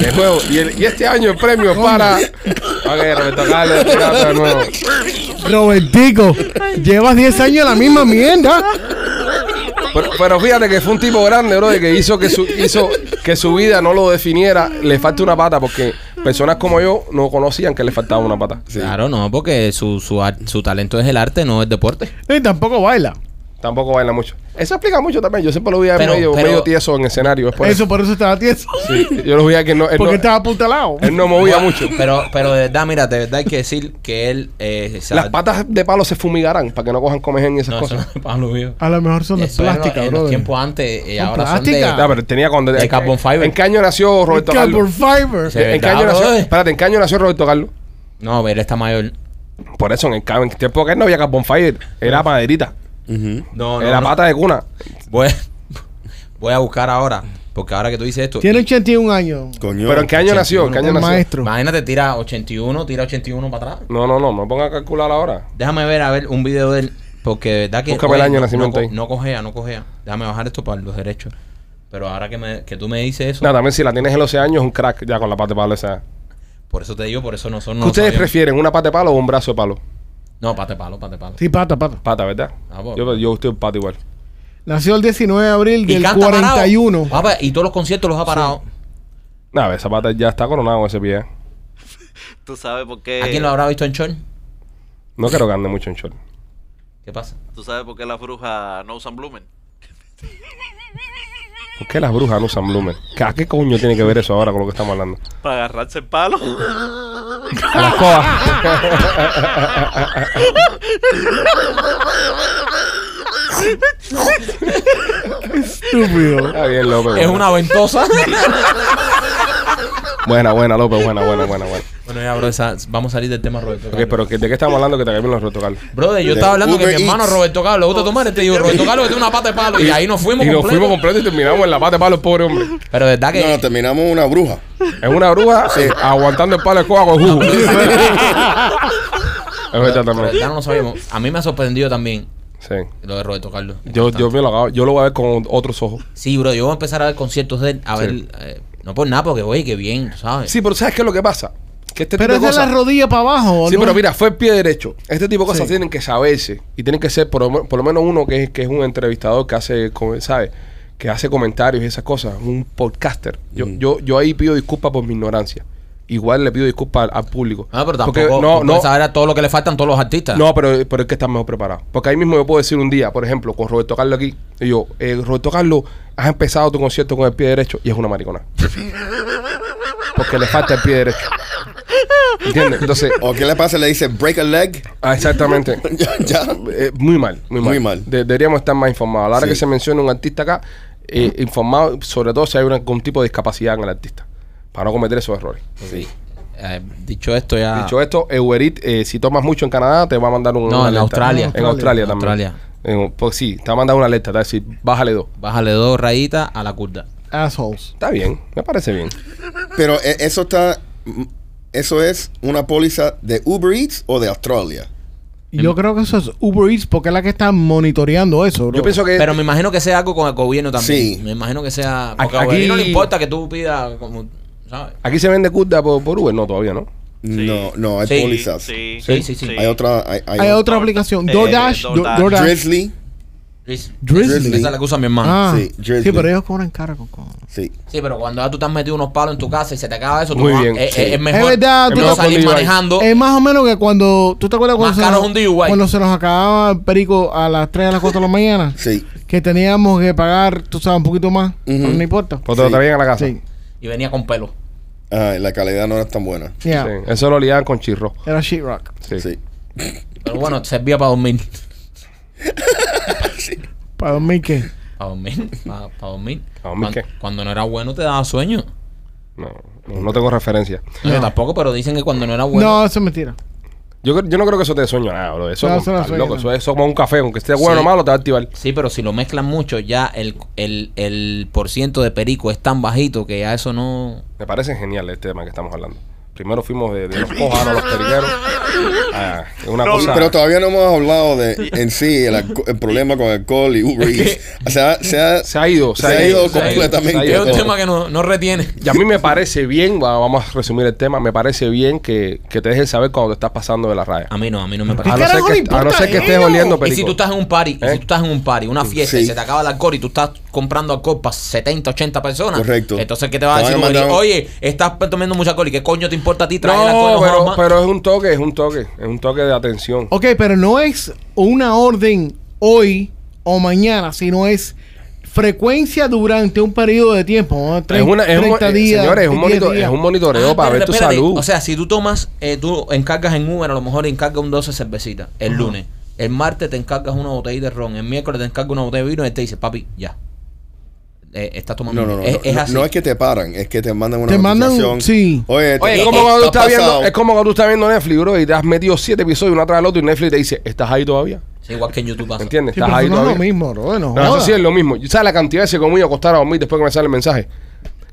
De nuevo. Y, el- y este año el premio para. Ok, Roberto Carlos, pirata de nuevo. Robertico, llevas 10 años en la misma mierda. Pero, pero fíjate que fue un tipo grande, bro, que hizo que su, hizo que su vida no lo definiera. Le falta una pata porque personas como yo no conocían que le faltaba una pata. Claro, no, porque su, su, ar- su talento es el arte, no el deporte. Y tampoco baila. Tampoco baila mucho. Eso explica mucho también. Yo siempre lo veía Pero- medio, pero- medio tieso en escenario. Es por Eso por eso estaba tieso. Sí, yo lo veía que no, él, no, Porque estaba apuntalado. él no movía mucho. Pero, pero de verdad, mira, de verdad hay que decir que él. eh, se- Las patas de palo se fumigarán para que no cojan comején y esas No, eso no cosas. es Pablo Vivo. A lo mejor son de Eso era plástica, en bro. los tiempos antes y Son ahora plástica. son de. Ah, pero tenía cuando. De ¿en- carbon fiber. ¿En qué año nació Roberto Carbon Carlos? fiber. Sí. ¿En qué año Verdad, nació? brother. Espérate, ¿en qué año nació Roberto Carlos? No, pero está mayor. Por eso, en el, ca- en el tiempo que él no había carbon fiber. Era maderita. No, no. era no. pata de cuna. Voy, voy a buscar ahora, porque ahora que tú dices esto. Tiene 81 años. Coño. ¿Pero en qué año nació? ¿En qué año El nació? maestro. Imagínate, tira 81, tira 81 para atrás. No, no, no. Me ponga a calcular ahora. Déjame ver, a ver, un video de él. Porque de verdad que. Búscame el oye, año de no- nacimiento no, ahí. co- No cogea, no cogea. Déjame bajar esto para los derechos. Pero ahora que, me, que tú me dices eso. Nada, también si la tienes en los 11 años, es un crack ya con la pata de palo esa. Por eso te digo, por eso no son. ¿Qué no ustedes sabía. prefieren? ¿Una pata de palo o un brazo de palo? No, pate palo, pate palo. Sí, pata, pata. Pata, ¿verdad? Ah, pues. yo, yo estoy pata igual. Nació el 19 de abril del canta parado. 41. Ah. Papá, y todos los conciertos los ha parado. Nada, esa pata ya está coronada con ese pie. ¿eh? Tú sabes por qué. ¿A quién lo habrá visto en Chon? No creo que ande mucho en short. ¿Qué pasa? Tú sabes por qué las brujas no usan blumen. ¿Por qué las brujas no usan blumen? ¿Qué- ¿A qué coño tiene que ver eso ahora con lo que estamos hablando? Para agarrarse el palo. La escoba. Estúpido. Está bien, López. Es buena. una ventosa. Buena, buena, López. Buena, buena, buena, buena. Bueno, ya, bro, esa- vamos a salir del tema Roberto Ok, Carlos. pero ¿que- ¿de qué estamos hablando que te cambiaron los rotos, Carlos? Brother, yo De estaba hablando que Uber mi hermano Eats. Roberto Carlos le gusta tomar. Este digo, Roberto Carlos, que tiene una pata de palo. Y ahí nos fuimos Y nos completo. fuimos completos y terminamos en la pata de palo, pobre hombre. Pero verdad que. No, no, terminamos una bruja. Es una bruja eh, aguantando el palo de coja con jugo. es verdad pero también. verdad no lo sabemos. A mí me ha sorprendido también Sí. lo de Roberto Carlos. Yo, yo me lo acabo- yo lo voy a ver con otros ojos. Sí, bro, yo voy a empezar a ver conciertos de él. A ver, Sí. eh, no por nada, porque, oye, qué bien, tú ¿sabes? Sí, pero ¿sabes qué es lo que pasa? Que este Pero es tipo de de la cosas... rodilla para abajo. ¿o Sí, no? pero mira, fue el pie derecho. Este tipo de cosas Sí. tienen que saberse y tienen que ser por, lo men- por lo menos uno que es, que es un entrevistador que hace, co- ¿sabes? Que hace comentarios y esas cosas, un podcaster. Yo, Mm. yo, yo ahí pido disculpas por mi ignorancia. Igual le pido disculpas al, al público. Ah, pero tampoco Porque no, no, no, saber a todo lo que le faltan todos los artistas. no, pero, pero es que está mejor preparado. Porque ahí mismo yo puedo decir un día, por ejemplo, con Roberto Carlos aquí, y yo, eh, Roberto Carlos, has empezado tu concierto con el pie derecho y es una maricona. Porque le falta el pie derecho. ¿Entiendes? Entonces, ¿O qué le pasa? Le dice break a leg. Ah, exactamente. ya, ya. Eh, muy mal, muy mal. Muy mal. De- deberíamos estar más informados. A la hora Sí. que se menciona un artista acá, eh, informado, sobre todo si hay un- algún tipo de discapacidad en el artista, para no cometer esos errores. Sí. Eh, dicho esto, ya. Dicho esto, Eurit, eh, si tomas mucho en Canadá, te va a mandar un. una No, en alerta. Australia. En Australia En también. Australia. En- pues sí, te va a mandar una alerta, te va a decir, bájale dos. Bájale dos rayitas a la curda. Assholes. Está bien, me parece bien. Pero e- eso está. Eso es una póliza de Uber Eats o de Australia. Yo creo que eso es Uber Eats porque es la que está monitoreando eso, bro. Yo pienso que. Pero me imagino que sea algo con el gobierno también. Sí. Me imagino que sea. Porque Aquí- al gobierno no le importa que tú pidas, como, ¿sabes? Aquí se vende curda por, por Uber, no, todavía, ¿no? No, no, hay Sí, pólizas. Sí, Sí, sí, sí. Hay otra. Hay, hay Hay otra. otra aplicación. Eh, DoorDash. Do- DoorDash. DoorDash. Drizzly. Drizzly. Drizzly. Drizzly. Esa es la que usa mi hermano. Ah, Sí, sí, Drizzly. pero ellos cobran cara con con- Sí. Sí, pero cuando ya tú te has metido unos palos en tu casa y se te acaba eso, tú Muy vas- bien, es, sí. es- es mejor, Es verdad, es tú- mejor Mejor salir con DUI. manejando. Em. Es más o menos que cuando. ¿Tú te acuerdas Más cuando, caro nos- es un DUI. cuando se nos acababa el perico a las 3 a las 4 de la mañana? Sí. Que teníamos que pagar, tú sabes, un poquito más. Ujú. Pero no importa. Pues te lo Sí. traían a la casa. Sí. Y venía con pelo. Ah, la calidad no es tan buena. Yeah. Sí, Eso lo liaban con chirro. Era sheetrock. Sí. Sí. Pero bueno, servía para dormir. ¿Para dormir qué? Para dormir. Para, para dormir. ¿Para dormir cuando, qué? cuando no era bueno te daba sueño. No, no, no tengo referencia. No, yo tampoco, pero dicen que cuando no era bueno. No, eso es mentira. Yo, cre- yo no creo que eso te dé sueño nada, bro. Eso, No, como- eso no estás sueño, loco, no. eso es eso como un café, aunque esté bueno o Sí. malo, te va a activar. Sí, pero si lo mezclan mucho, ya el, el, el por ciento de perico es tan bajito que ya eso no. Me parece genial este tema que estamos hablando. Primero fuimos de, de los cojanos a los periqueros. Ah, es una No, cosa. Pero todavía no hemos hablado de en sí el, alco- el problema con alcohol y Uber Eats. O sea, se ha, se ha ido, se ha ido completamente. se ha Es ido un todo. tema que no, no retiene. Y a mí me parece bien, va- vamos a resumir el tema, me parece bien que, que te dejen saber cuando te estás pasando de la raya. A mí no, a mí no me A parece. no ser carajo le que, a no importa ser que estés eso? oliendo Y perico. si tú estás en un party, y ¿Eh? si tú estás en un party, una fiesta, y Sí. se te acaba el alcohol y tú estás comprando alcohol para 70, 80 personas. Correcto. Entonces, ¿qué te va a Te van decir? a mandar un- Oye, estás tomando mucho alcohol y qué coño te importa a ti traer el alcohol? no, en los pero, jamás? pero es un toque, es un toque, es un toque de atención. Ok, pero no es una orden hoy o mañana, sino es frecuencia durante un periodo de tiempo. ¿no? Es, Trein- una, es, un, 30 eh, días, señores, es un, 10 monitor- días. es un monitoreo Ah, para ver espérate, tu espérate. salud. O sea, si tú tomas, eh, tú encargas en Uber, a lo mejor encargas un 12 cervecita el lunes. El martes te encargas una botella de ron. El miércoles te encargas una botella de vino y él te dice, papi, ya. Eh, estás tomando. No, no, no. Es, no, es no, así. no es que te paran, es que te mandan una Te mandan- notificación. sí. Oye, Oye, te- es como, cuando tú estás estás viendo, pasado. es como cuando tú estás viendo Netflix, bro, y te has metido siete episodios uno atrás del otro y Netflix te dice, ¿estás ahí todavía? Sí, igual que en YouTube pasa. ¿Entiendes? Sí, Estás pero ahí eso no es lo todavía. mismo, bro. bueno, No, eso joda. sí es lo mismo. ¿Sabes la cantidad de veces que me iba a acostar a dormir después que me sale el mensaje?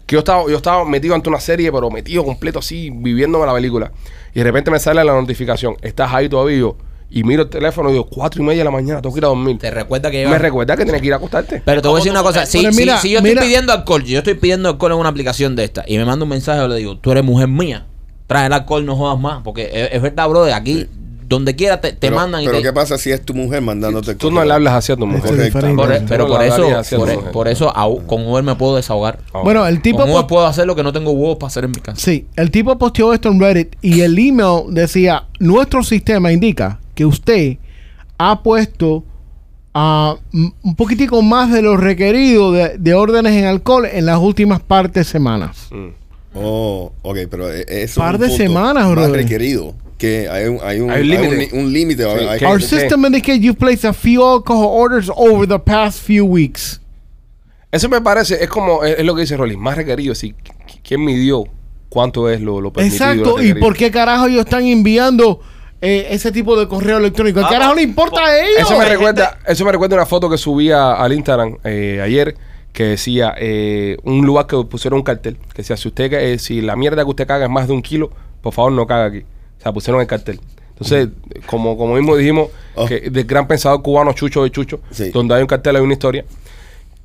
Que yo estaba, yo estaba metido ante una serie, pero metido completo así, viviéndome la película. Y de repente me sale la notificación, ¿estás ahí todavía? Y yo- Y miro el teléfono y digo, cuatro y media de la mañana, tengo que ir a dormir. Te recuerda que Me recuerda que tienes que ir a acostarte. Pero te voy a decir una cosa. Si, Pero si- mira, si yo mira. estoy pidiendo alcohol, yo estoy pidiendo alcohol en una aplicación de esta y me manda un mensaje, yo le digo, tú eres mujer mía, trae el alcohol, no jodas más. Porque es, es verdad, bro, aquí, donde quiera te, te pero, mandan y Pero te- ¿qué pasa si es tu mujer mandándote Tú no le hablas así a tu mujer. Eso es Correcto. diferente. Por- e- pero Tú por la eso, darías así a tu por, e- mujer. por eso au- con Uber me puedo desahogar. Bueno, el tipo... con Uber po- puedo hacer lo que no tengo huevos para hacer en mi casa. Sí, el tipo posteó esto en Reddit y el email decía, nuestro sistema indica que usted ha puesto ah, m- un poquitico más de lo requerido de, de órdenes en alcohol en las últimas partes semanas. e- Mm. Oh, ok, pero e- eso Par es un de punto semanas, más brother. requerido. Que hay un hay Hay un, un hay un límite. li- un límite. Sí, hay- que- Our ok. system indicates you've placed a few alcohol orders over the past few weeks. Eso me parece, es como, es, es lo que dice Rolly, más requerido. Si, ¿Quién midió cuánto es lo, lo permitido. este lo Exacto, ¿y requerido. por qué carajo ellos están enviando eh, ese tipo de correo electrónico? ¿Qué Vamos, carajo le importa po- a ellos? Eso me, Hay recuerda, eso me recuerda una foto que subí a- al Instagram eh, ayer que decía eh, un lugar que pusieron un cartel que decía si usted eh, si la mierda que usted caga es más de un kilo por favor no caga aquí o sea pusieron el cartel entonces como como mismo dijimos Oh. que del gran pensador cubano Chucho de Chucho Sí. donde hay un cartel hay una historia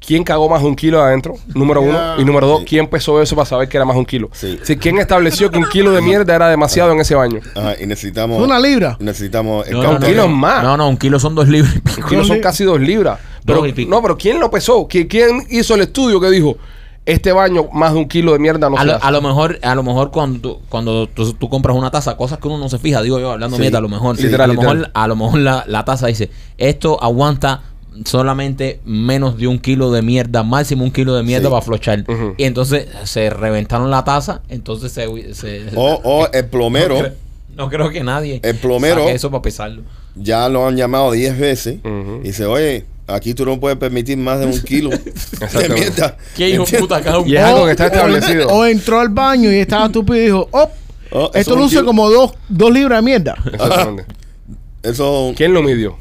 ¿Quién cagó más de un kilo adentro? Número uno. Ya. Y número dos, Sí. ¿quién pesó eso para saber que era más de un kilo? Sí. Si, ¿Quién estableció que un kilo de mierda era demasiado en ese baño? Ajá, y necesitamos. Una libra. Necesitamos. el No, Un no, no, counter. kilo no. más. No, no, un kilo son dos libras. Un kilo son li- casi dos libras. Pero, y pico. no, pero ¿quién lo pesó? ¿Qui- ¿Quién hizo el estudio que dijo este baño más de un kilo de mierda no a, se lo, hace"? a lo mejor, a lo mejor cuando, tú- cuando tú, tú compras una taza, cosas que uno no se fija, digo yo, hablando Sí, mierda, a lo mejor, sí, literal, a lo mejor, literal. a lo mejor la, la taza dice, esto aguanta solamente menos de un kilo de mierda, máximo un kilo de mierda Sí. para flochar. Ujú. Y entonces se reventaron la taza, entonces se, se- O, o el plomero. no, creo, no creo que nadie Oh, El plomero- saque eso para pesarlo. Ya lo han llamado 10 veces. Ujú. Y dice, oye, aquí tú no puedes permitir más de un kilo de Exactamente. mierda. ¿Qué hijo ¿Entiendes? puta cada un- Y es algo que está establecido. O entró al baño y estaba estúpido y dijo, oh, Oh, eso es esto un luce kilo. como dos, dos libras de mierda. Exactamente. Eso. ¿Quién lo midió?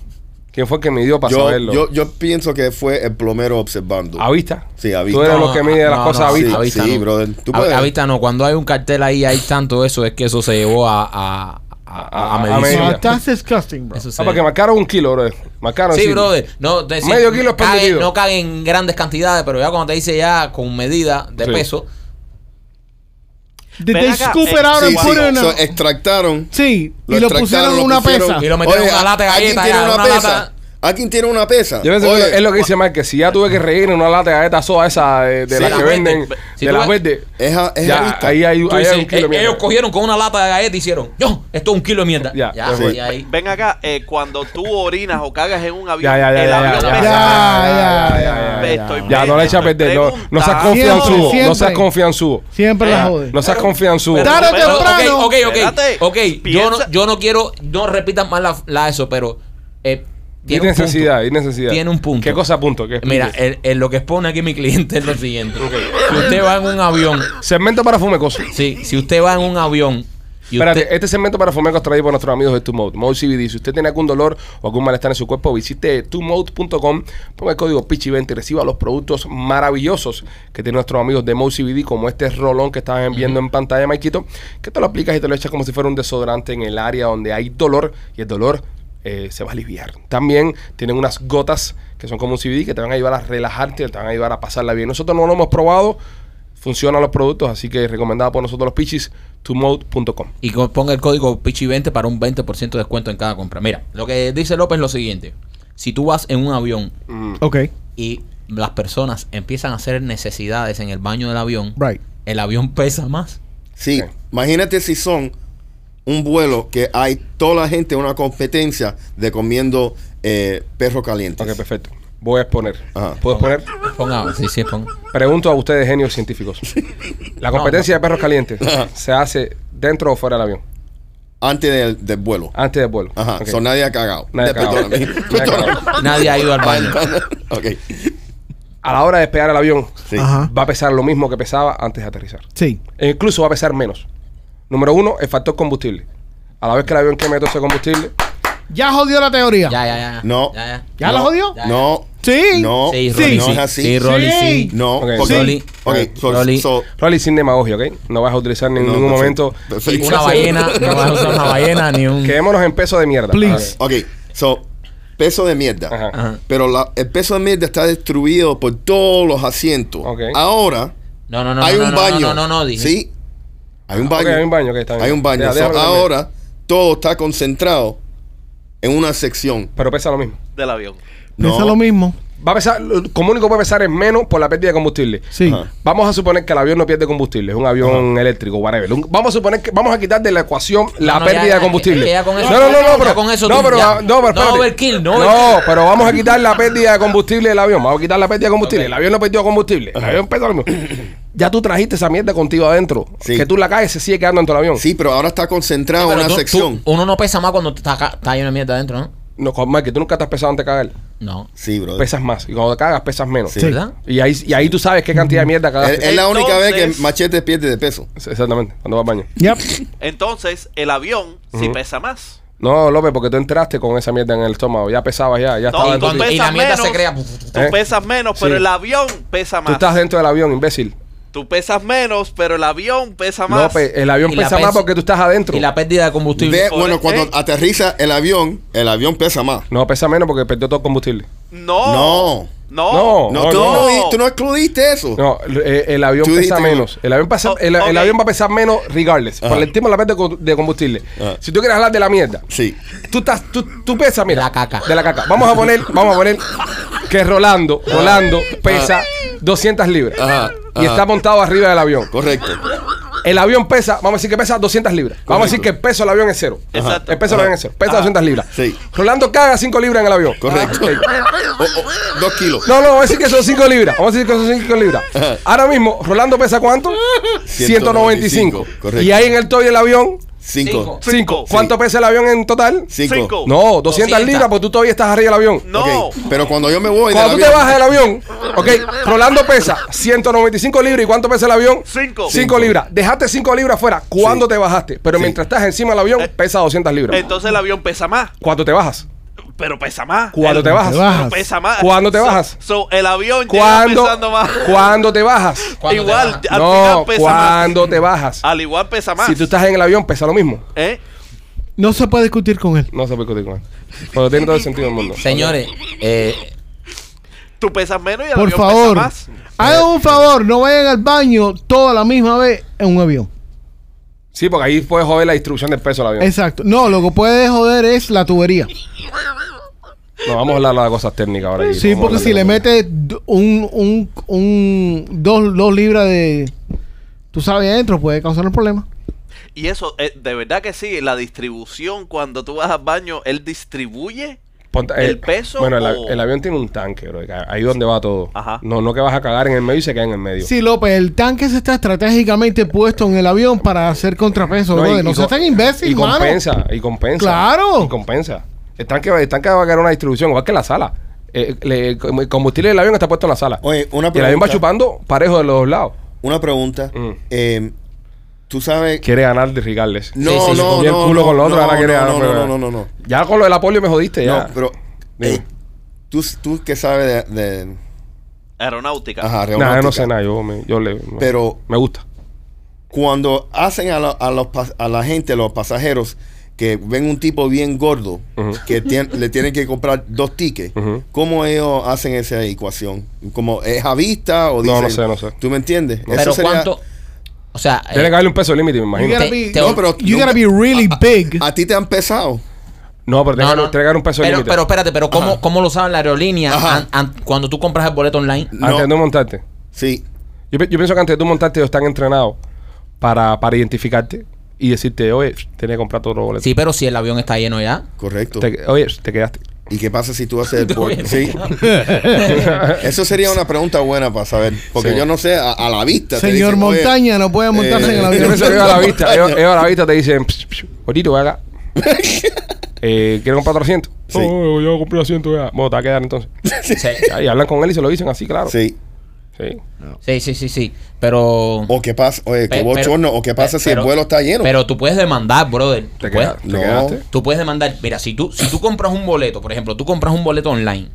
¿Quién fue el que midió para Yo, saberlo? yo, yo pienso que fue el plomero observando. ¿A vista? Sí, a Ah, Tú vista. eres lo que mide las cosas a sí, vista. a vista. sí, no. brother. Tú A- puedes. a vista no. Cuando hay un cartel ahí, hay tanto eso, es que eso se llevó a, a, a, a- a A- a medición. medir. No, mira. That's disgusting, bro. Eso se- Ah, porque marcaron un kilo, brother. Marcaron Sí, sí. brother. No, te- sí, Medio kilo es cague- permitido. No cae en grandes cantidades, pero ya cuando te dice ya con medida de Sí. peso, Did Ven they acá, scoop eh, it out Sí, and sí. put it in So, eh, a- extractaron. Sí, y lo pusieron en una pesa. Y lo metieron en una lata de ¿Alguien galleta, tiene ya, una una, pesa? lata- ¿Alguien tiene una pesa? Yo pienso que Oye, es lo que dice Mike, que si ya tuve que reír en una lata de galletas soda esa de, de Sí. las que venden, Si de tú las ves- verdes, es a- es a ya vista. ahí hay, tú ahí dices, hay un kilo de "Eh, mierda. ellos cogieron con una lata de galletas y hicieron, yo, esto es un kilo de mierda. Ya, Ya, sí. y ahí- Ven acá, eh, cuando tú orinas o cagas en un avión, Ya, ya, ya, el ya, avión ya, pesa. Ya, ya, ya, ya, ya, ya. Estoy Ya, no le echa a perder, no, no seas Siempre, confianzudo, no seas siempre. confianzudo. Siempre la jode. No seas confianzudo. Tarde o Pero, temprano. Ok, ok, ok. Espérate, ok, yo, no, piensa- yo no quiero, no repitan más la, la eso, pero eh, Y un punto. necesidad, y necesidad. Tiene un punto. ¿Qué cosa punto? ¿Qué Mira, explique? el- el- lo que expone aquí mi cliente es lo siguiente. Si usted va en un avión, segmento para Fumecoso. sí, si usted va en un avión y Espérate, usted... este segmento para Fumeco es traído por nuestros amigos de Two Mode. Mode CBD. Si usted tiene algún dolor o algún malestar en su cuerpo, visite twomode.com, ponga el código PICHI20 y reciba los productos maravillosos que tienen nuestros amigos de Mode CBD, como este rolón que estaban viendo en pantalla, Maikito, que te lo aplicas y te lo echas como si fuera un desodorante en el área donde hay dolor y el dolor eh, se va a aliviar. También tienen unas gotas que son como un CBD que te van a ayudar a relajarte, te van a ayudar a pasarla bien. Nosotros no lo hemos probado. Funcionan los productos, así que recomendado por nosotros los pichis, twomode.com. y co- ponga el código Pichi20 para un 20% de descuento en cada compra. Mira, lo que dice López es lo siguiente. Si tú vas en un avión Mm. Ok, y las personas empiezan a hacer necesidades en el baño del avión, right. el avión pesa más. Sí, Ok. imagínate si son un vuelo que hay toda la gente una competencia de comiendo eh, perros calientes. Ok, perfecto. Voy a exponer. Ajá. ¿Puedo exponer? Ponga, sí, sí, ponga. Pregunto a ustedes, genios científicos. La competencia de perros calientes se hace dentro o fuera del avión, Antes del, del vuelo. antes del vuelo. Ajá, Ah, Ok. so nadie ha cagado. Nadie ha cagado. Perdóname. Nadie ha cagado. Nadie ha ido al baño. ok. A la hora de despegar el avión, Sí. Ajá. va a pesar lo mismo que pesaba antes de aterrizar. Sí. E incluso va a pesar menos. Número uno, el factor combustible. A la vez que el avión queme todo ese combustible, Ya jodió la teoría. Ya, ya, ya. No. Ya, ya. ¿Ya la No, jodió? No. Sí. No. Sí, no Rolly, sí. es así. Sí, Rolly, sí. Sí. No. Ok. porque- Rolly. Ok, so- Rolly. so- Rolly sin demagogia, ¿ok? No vas a utilizar en No, ningún perfecto, momento. perfecto. Una ballena, no vas a usar una ballena ni un... Quedémonos en peso de mierda. Please. A Ok, so, peso de mierda. ver. Ajá. Ajá. Pero la- el peso de mierda está destruido por todos los asientos. Ok. Ahora No, no, no. hay no, un no, baño. No, no, no, no, dije. Sí, hay un Ok, baño. hay un baño, ok, está bien. Hay un baño. Ya, So, déjame terminar. ahora todo está concentrado en una sección. Pero pesa lo mismo. del avión. Piensa lo mismo. Va a pesar, lo- como único que va a pesar es menos por la pérdida de combustible. Sí. Ajá. Vamos a suponer que el avión no pierde combustible, es un avión eléctrico, whatever. Un- Vamos a suponer que vamos a quitar de la ecuación la no, pérdida ya, ya, de combustible. es que ya con eso- no, no, no, no, ya pero con eso no, tú- pero ya. ah, no, pero No, espérate. overkill, no, No, pero vamos a quitar la pérdida de combustible del avión, vamos a quitar la pérdida de combustible. El avión no perdió combustible, el avión perdió combustible. Ya tú trajiste esa mierda contigo adentro, Sí. que tú la caes se sigue quedando dentro del avión. Sí, pero ahora está concentrado en Ah, Pero una tú- sección. tú- uno no pesa más cuando está, acá- está ahí una mierda adentro, ¿no? No, Juan Mike, tú nunca te has pesado antes de cagar. No. Sí, bro. Pesas más. Y cuando te cagas, pesas menos. Sí. ¿Verdad? Y, ahí, y ahí tú sabes qué cantidad de mierda Es, cagas. Eh, es la única vez que Entonces- Machete pierde de peso. Exactamente, cuando vas al baño. Yep. Entonces, el avión sí Ujú. pesa más. No, López, porque tú entraste con esa mierda en el estómago. Ya pesabas, ya, ya No, estaba y en tu- cuando- y la pesas mierda se menos. crea. Tú ¿Eh? pesas menos, pero Sí. el avión pesa más. Tú estás dentro del avión, imbécil. Tú pesas menos, pero el avión pesa más. López, el avión Y la pesa más pesa- porque tú estás adentro. Y la pérdida de combustible. Ve, por bueno, el- cuando ¿eh? aterriza el avión, el avión pesa más. No, pesa menos porque perdió todo el combustible. No. No. No. No, tú, Oh. no. no. di- tú no excluiste eso. No, el, el avión Tú pesa dijiste- menos. El avión, pesa- Oh, el, el ok. avión va a pesar menos regardless. Ajá. Por el tema de la pérdida de co- de combustible. Ajá. Si tú quieres hablar de la mierda, Sí. tú, estás, tú, tú pesas, mira. La caca. De la caca. Vamos a poner, vamos a poner que Rolando, Rolando pesa 200 libras. Ajá, Y ajá. está montado arriba del avión. Correcto. El avión pesa, vamos a decir que pesa 200 libras. Vamos a decir que el peso del avión es cero. Exacto. El peso del avión es cero. Pesa 200 libras. Ah. Sí. Rolando caga 5 libras en el avión. Ah, Correcto. O- o- dos kilos. No, no, vamos a decir que son 5 libras. Vamos a decir que son 5 libras. Ajá. Ahora mismo, Rolando pesa cuánto? 195. 195, correcto. Y ahí en el toy del avión, Cinco. 5. Cinco. ¿Cuánto Sí. pesa el avión en total? Cinco. Cinco. No, 200, 200. libras, porque tú todavía estás arriba del avión. No. Ok, Pero cuando yo me voy. Cuando tú del te avión- bajas del avión, ok, Rolando pesa 195 libras. ¿Y cuánto pesa el avión? Cinco. 5 libras. Dejaste 5 libras fuera. ¿Cuándo Sí. te bajaste? Pero Sí. mientras estás encima del avión, Eh, pesa 200 libras. Entonces el avión pesa más, ¿Cuándo te bajas? pero pesa más. ¿Cuándo El- te bajas? te bajas? Pero pesa más. ¿Cuándo te So- bajas? So, el avión llega ¿Cuándo, pesando más. ¿Cuándo te bajas? ¿Cuándo te Igual, bajas? al no, final pesa ¿cuándo más. te bajas? Al igual pesa más. Si tú estás en el avión, pesa lo mismo. ¿Eh? No se puede discutir con él. No se puede discutir con él. Pero tiene todo el sentido del mundo. Señores, eh, Tú pesas menos y el Por avión favor, pesa más. hagan un favor, no vayan al baño toda la misma vez en un avión. Sí, porque ahí puedes joder la distribución del peso del avión. Exacto. No, lo que puede joder es la tubería. No, vamos a hablar de cosas técnicas ahora. aquí. Sí, Vamos a porque hablar si de le cosas. metes d- un, un, un, dos, dos libras de, tú sabes, adentro puede causar un problema. Y eso, eh, de verdad que sí, la distribución cuando tú vas al baño, él distribuye. Ponte- eh, ¿El peso Bueno, el, av- o- el avión tiene un tanque, bro. Ahí donde va todo. Ajá. No, no que vas a cagar en el medio y se queda en el medio. Sí, López, el tanque se está estratégicamente puesto en el avión para hacer contrapeso, No, no, y- brother. y No seas co- tan imbécil, Y mano. compensa, y compensa. Claro. Y compensa. El tanque, va- el tanque va a quedar una distribución, igual que la sala. Eh, le- el combustible del avión está puesto en la sala. Oye, una Y el avión va pregunta. chupando parejo de los dos lados. Una pregunta. Mm. Eh, tú sabes. Quiere ganar de Rigarles. No, Sí, sí, sí, no, Comí el no. culo no, con la otra, no, ahora quiere no, ganar, no, pero- no, no, no, no. Ya con lo del apolio me jodiste, ya. No, pero. Dime. eh, tú, tú que sabes de. de- Aeronáutica. ajá, Nah, yo aeronáutica. no sé nada, yo, me, yo le. no. Pero- Me gusta. Cuando hacen a, la- a los, pas- a la gente, los pasajeros, que ven un tipo bien gordo, Ujú. que tien- le tienen que comprar dos tickets, Ujú. ¿cómo ellos hacen esa ecuación? ¿Como es a vista o No, dicen, no sé, no sé. ¿Tú me entiendes? Eso pero sería- cuánto. O sea, eh, Tiene que darle un peso límite, me You imagino. gotta Te- be, te- No, pero you gotta be nunca- really big. A ti te han pesado. No, pero tiene que darle- tiene que darle un peso pero, límite. pero espérate, pero ¿cómo, Ajá. cómo lo saben la aerolínea Ajá. an- an- cuando tú compras el boleto online? Antes de No. tú montarte. Sí. Yo, pi- yo pienso que antes de tú montarte, ellos están entrenados para, para identificarte y decirte, oye, tenés que comprar todos los boletos. Sí, pero si el avión está lleno ya. Correcto. Te- oye, te quedaste. ¿Y qué pasa si tú haces el Tú board? vienes. Sí. Eso sería una pregunta buena para saber. Porque Sí. yo no sé, a, a la vista. te Señor dicen, oye, eh, Montaña, no puede montarse en el Yo avión. pienso que ellos a la vista, ellos, ellos a la vista te dicen, "Psh, psh, bonito, ve acá. Eh, ¿Quieren comprar 300? Sí. No, yo compré 200 ya. Bueno, te va a quedar entonces. Sí, Ya, Y hablan con él y se lo dicen así, claro. Sí. Sí. sí, sí, sí. sí. Pero. O qué pasa, oye, qué Pe- bochorno, o qué pasa pe- si el pero- vuelo está lleno. Pero tú puedes demandar, brother. Te, Tú queda- puedes, te No. quedaste. tú puedes demandar. Mira, si tú, si tú compras un boleto, por ejemplo, tú compras un boleto online.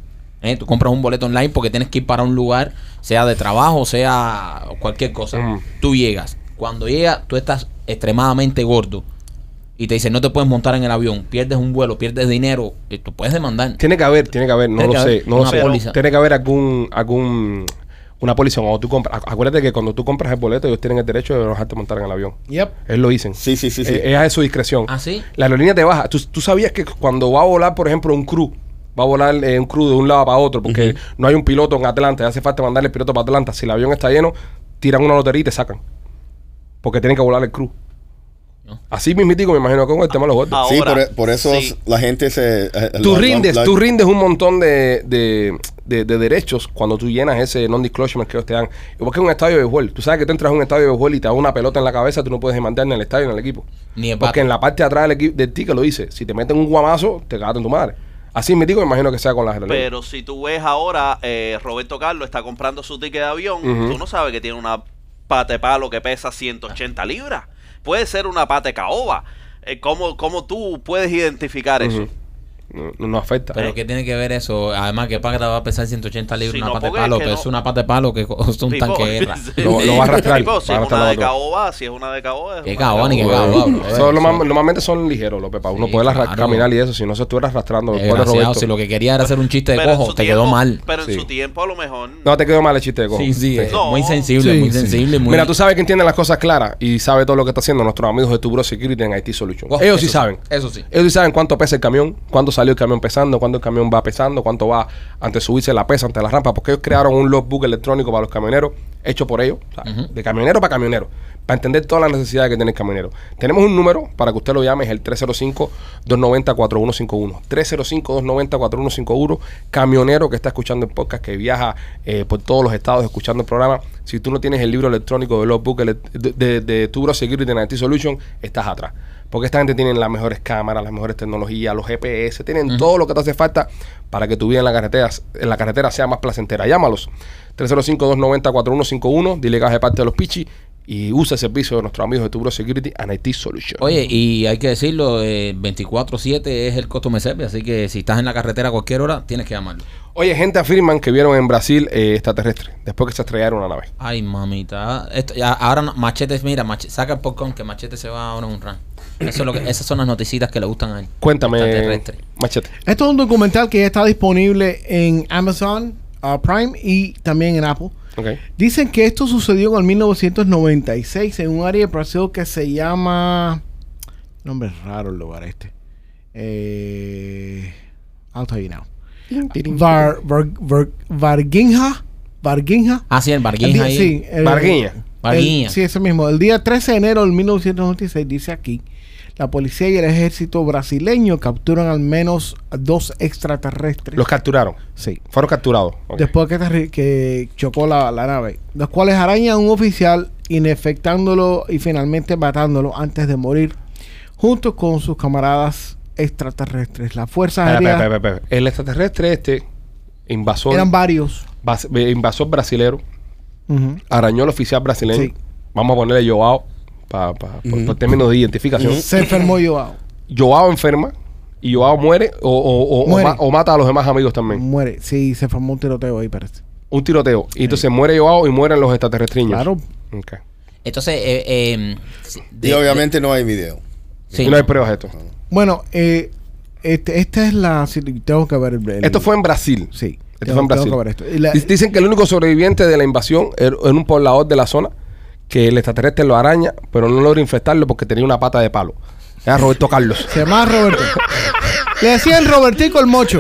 ¿eh? Tú compras un boleto online porque tienes que ir para un lugar, sea de trabajo, sea cualquier cosa. Mm. Tú llegas. Cuando llegas, tú estás extremadamente gordo. Y te dicen, no te puedes montar en el avión. Pierdes un vuelo, pierdes dinero. eh, Tú puedes demandar. Tiene que haber, tiene que haber, no Tiene lo que haber sé, no lo una sé. póliza. Tiene que haber algún, algún, una póliza cuando tú compras. Acu- Acuérdate que cuando tú compras el boleto, ellos tienen el derecho de dejarte montar en el avión. Yep. Ellos lo dicen. Sí, sí, sí, sí. Eh, Es a su discreción. ¿Ah, sí? La aerolínea te baja. ¿Tú, tú sabías que cuando va a volar, por ejemplo, un crew, va a volar eh, un crew de un lado para otro, porque no hay un piloto en Atlanta, y hace falta mandarle el piloto para Atlanta. Si el avión está lleno, tiran una lotería y te sacan. Porque tienen que volar el crew. No. Así mismitico me imagino con el tema de los gordos. sí, Ahora, por, por eso sí. la gente se. eh, Tú la- rindes, la- tú rindes un montón de, de- de- de derechos cuando tú llenas ese non-disclosure que ellos te dan. Igual que un estadio de béisbol. Tú sabes que tú entras a un estadio de béisbol y te da una pelota en la cabeza, tú no puedes demandar ni al estadio ni al equipo. Ni el Porque bate. en la parte de atrás del, equi- del ticket lo dice. Si te meten un guamazo, te cagas en tu madre. Así me digo, me imagino que sea con las aerolíneas. Pero si tú ves ahora, eh, Roberto Carlos está comprando su ticket de avión, Ujú. tú no sabes que tiene una pata de palo que pesa 180 libras. Puede ser una pata de caoba. Eh, ¿cómo, cómo tú puedes identificar eso? No- no, nos afecta. Pero ¿qué tiene que ver eso? Además, que Pata va a pesar 180 libras Sí, una no, pata de porque palo, es que pero no- es una pata de palo que costó un Tipo, tanque de guerra. sí. Lo- lo va a arrastrar, Tipo, si va a es arrastrar una la de otra. caoba, si es una de caoba. es Qué una de caoba, ni qué caoba. caoba, bro. Son norma- normalmente son ligeros, López, para uno eh, Sí, poder arra- claro. caminar y eso, si no se estuviera arrastrando. pobre Desgraciado, Roberto. si lo que quería era hacer un chiste de Pero en cojo, su te tiempo- quedó mal. Pero en Sí. su tiempo a lo mejor. No, te quedó mal el chiste de cojo. Sí, sí, es No. muy sensible, Sí, muy sí. sensible. Muy... Mira, tú sabes que entienden las cosas claras y sabe todo lo que está haciendo nuestros amigos de Tubro Security en IT Solution. Wow, Ellos eso sí saben. Eso sí. Ellos sí saben cuánto pesa el camión, cuánto salió el camión pesando, cuánto el camión va pesando, cuánto va antes de subirse la pesa, ante la rampa, porque ellos crearon un logbook electrónico para los camioneros, hecho por ellos, o sea, de camionero para camionero, para entender todas las necesidades que tiene el camionero. Tenemos un número para que usted lo llame, es el 305-290-4151. 305-290-4151, camionero que está escuchando el podcast, que viaja eh, por todos los estados escuchando el programa. Si tú no tienes el libro electrónico de logbook ele- de, de, de Tubro Security and IT Solution, estás atrás. Porque esta gente tiene las mejores cámaras, las mejores tecnologías, los GPS, tienen todo lo que te hace falta para que tu vida en la carretera, en la carretera sea más placentera. Llámalos 305-290-4151, dile que vas de parte de los Pichi y usa el servicio de nuestros amigos de Tubro Security and IT Solution. Oye, y hay que decirlo, eh, 24-7 es el costo service, así que si estás en la carretera a cualquier hora, tienes que llamarlo. Oye, gente afirman que vieron en Brasil eh, extraterrestres después que se estrellaron una nave. Ay, mamita. Esto, ya, ahora no- Machete, mira, Machete- saca el popcorn que Machete se va ahora a un run. Eso es lo que, esas son las noticitas que le gustan a él. Cuéntame, Extraterrestre. machete. Esto es un documental que ya está disponible en Amazon uh, Prime y también en Apple. Ok. Dicen que esto sucedió en el 1996 en un área de Brasil que se llama... Nombre raro el lugar este. Eh, I'll tell you now. Var, Var- Var- Varginha. Varginha. Ah, sí, el El Barguinha día- ahí. sí, el- Varguinha. Varginha. el- sí, ese mismo. El día 13 de enero del 1996, dice aquí, la policía y el ejército brasileño capturan al menos a dos extraterrestres. Los capturaron. sí. Fueron capturados. Ok. Después que, terri- que chocó la, la nave. Los cuales arañan a un oficial, inefectándolo y finalmente matándolo antes de morir, junto con sus camaradas extraterrestres. Las fuerzas Espera, aéreas espera, espera, espera, espera. El extraterrestre este, invasor, eran varios. bas- eh, invasor brasilero, Ujú. arañó al oficial brasileño. Sí. Vamos a ponerle Joao pa- pa- por, por términos de identificación. Se enfermó Joao. Joao enferma y Joao muere o, o- o- o Muere. ma- o mata a los demás amigos también. Muere. Sí, se formó un tiroteo ahí, parece. Un tiroteo. Y entonces muere Joao y mueren los extraterrestriños. Claro. Ok. Entonces, eh, eh, de- y obviamente no hay video. sí. Y no hay pruebas de esto. Bueno, eh, este, esta es la. sí, Tengo que ver el. el- Esto fue en Brasil. Sí. Esto tengo- fue en tengo Brasil. que ver esto. Y la- Dic- Dicen que el único sobreviviente de la invasión era era un poblador de la zona que el extraterrestre lo araña, pero no logra infectarlo porque tenía una pata de palo. Era Roberto Carlos. Se llama Roberto. Le decían Robertico el mocho.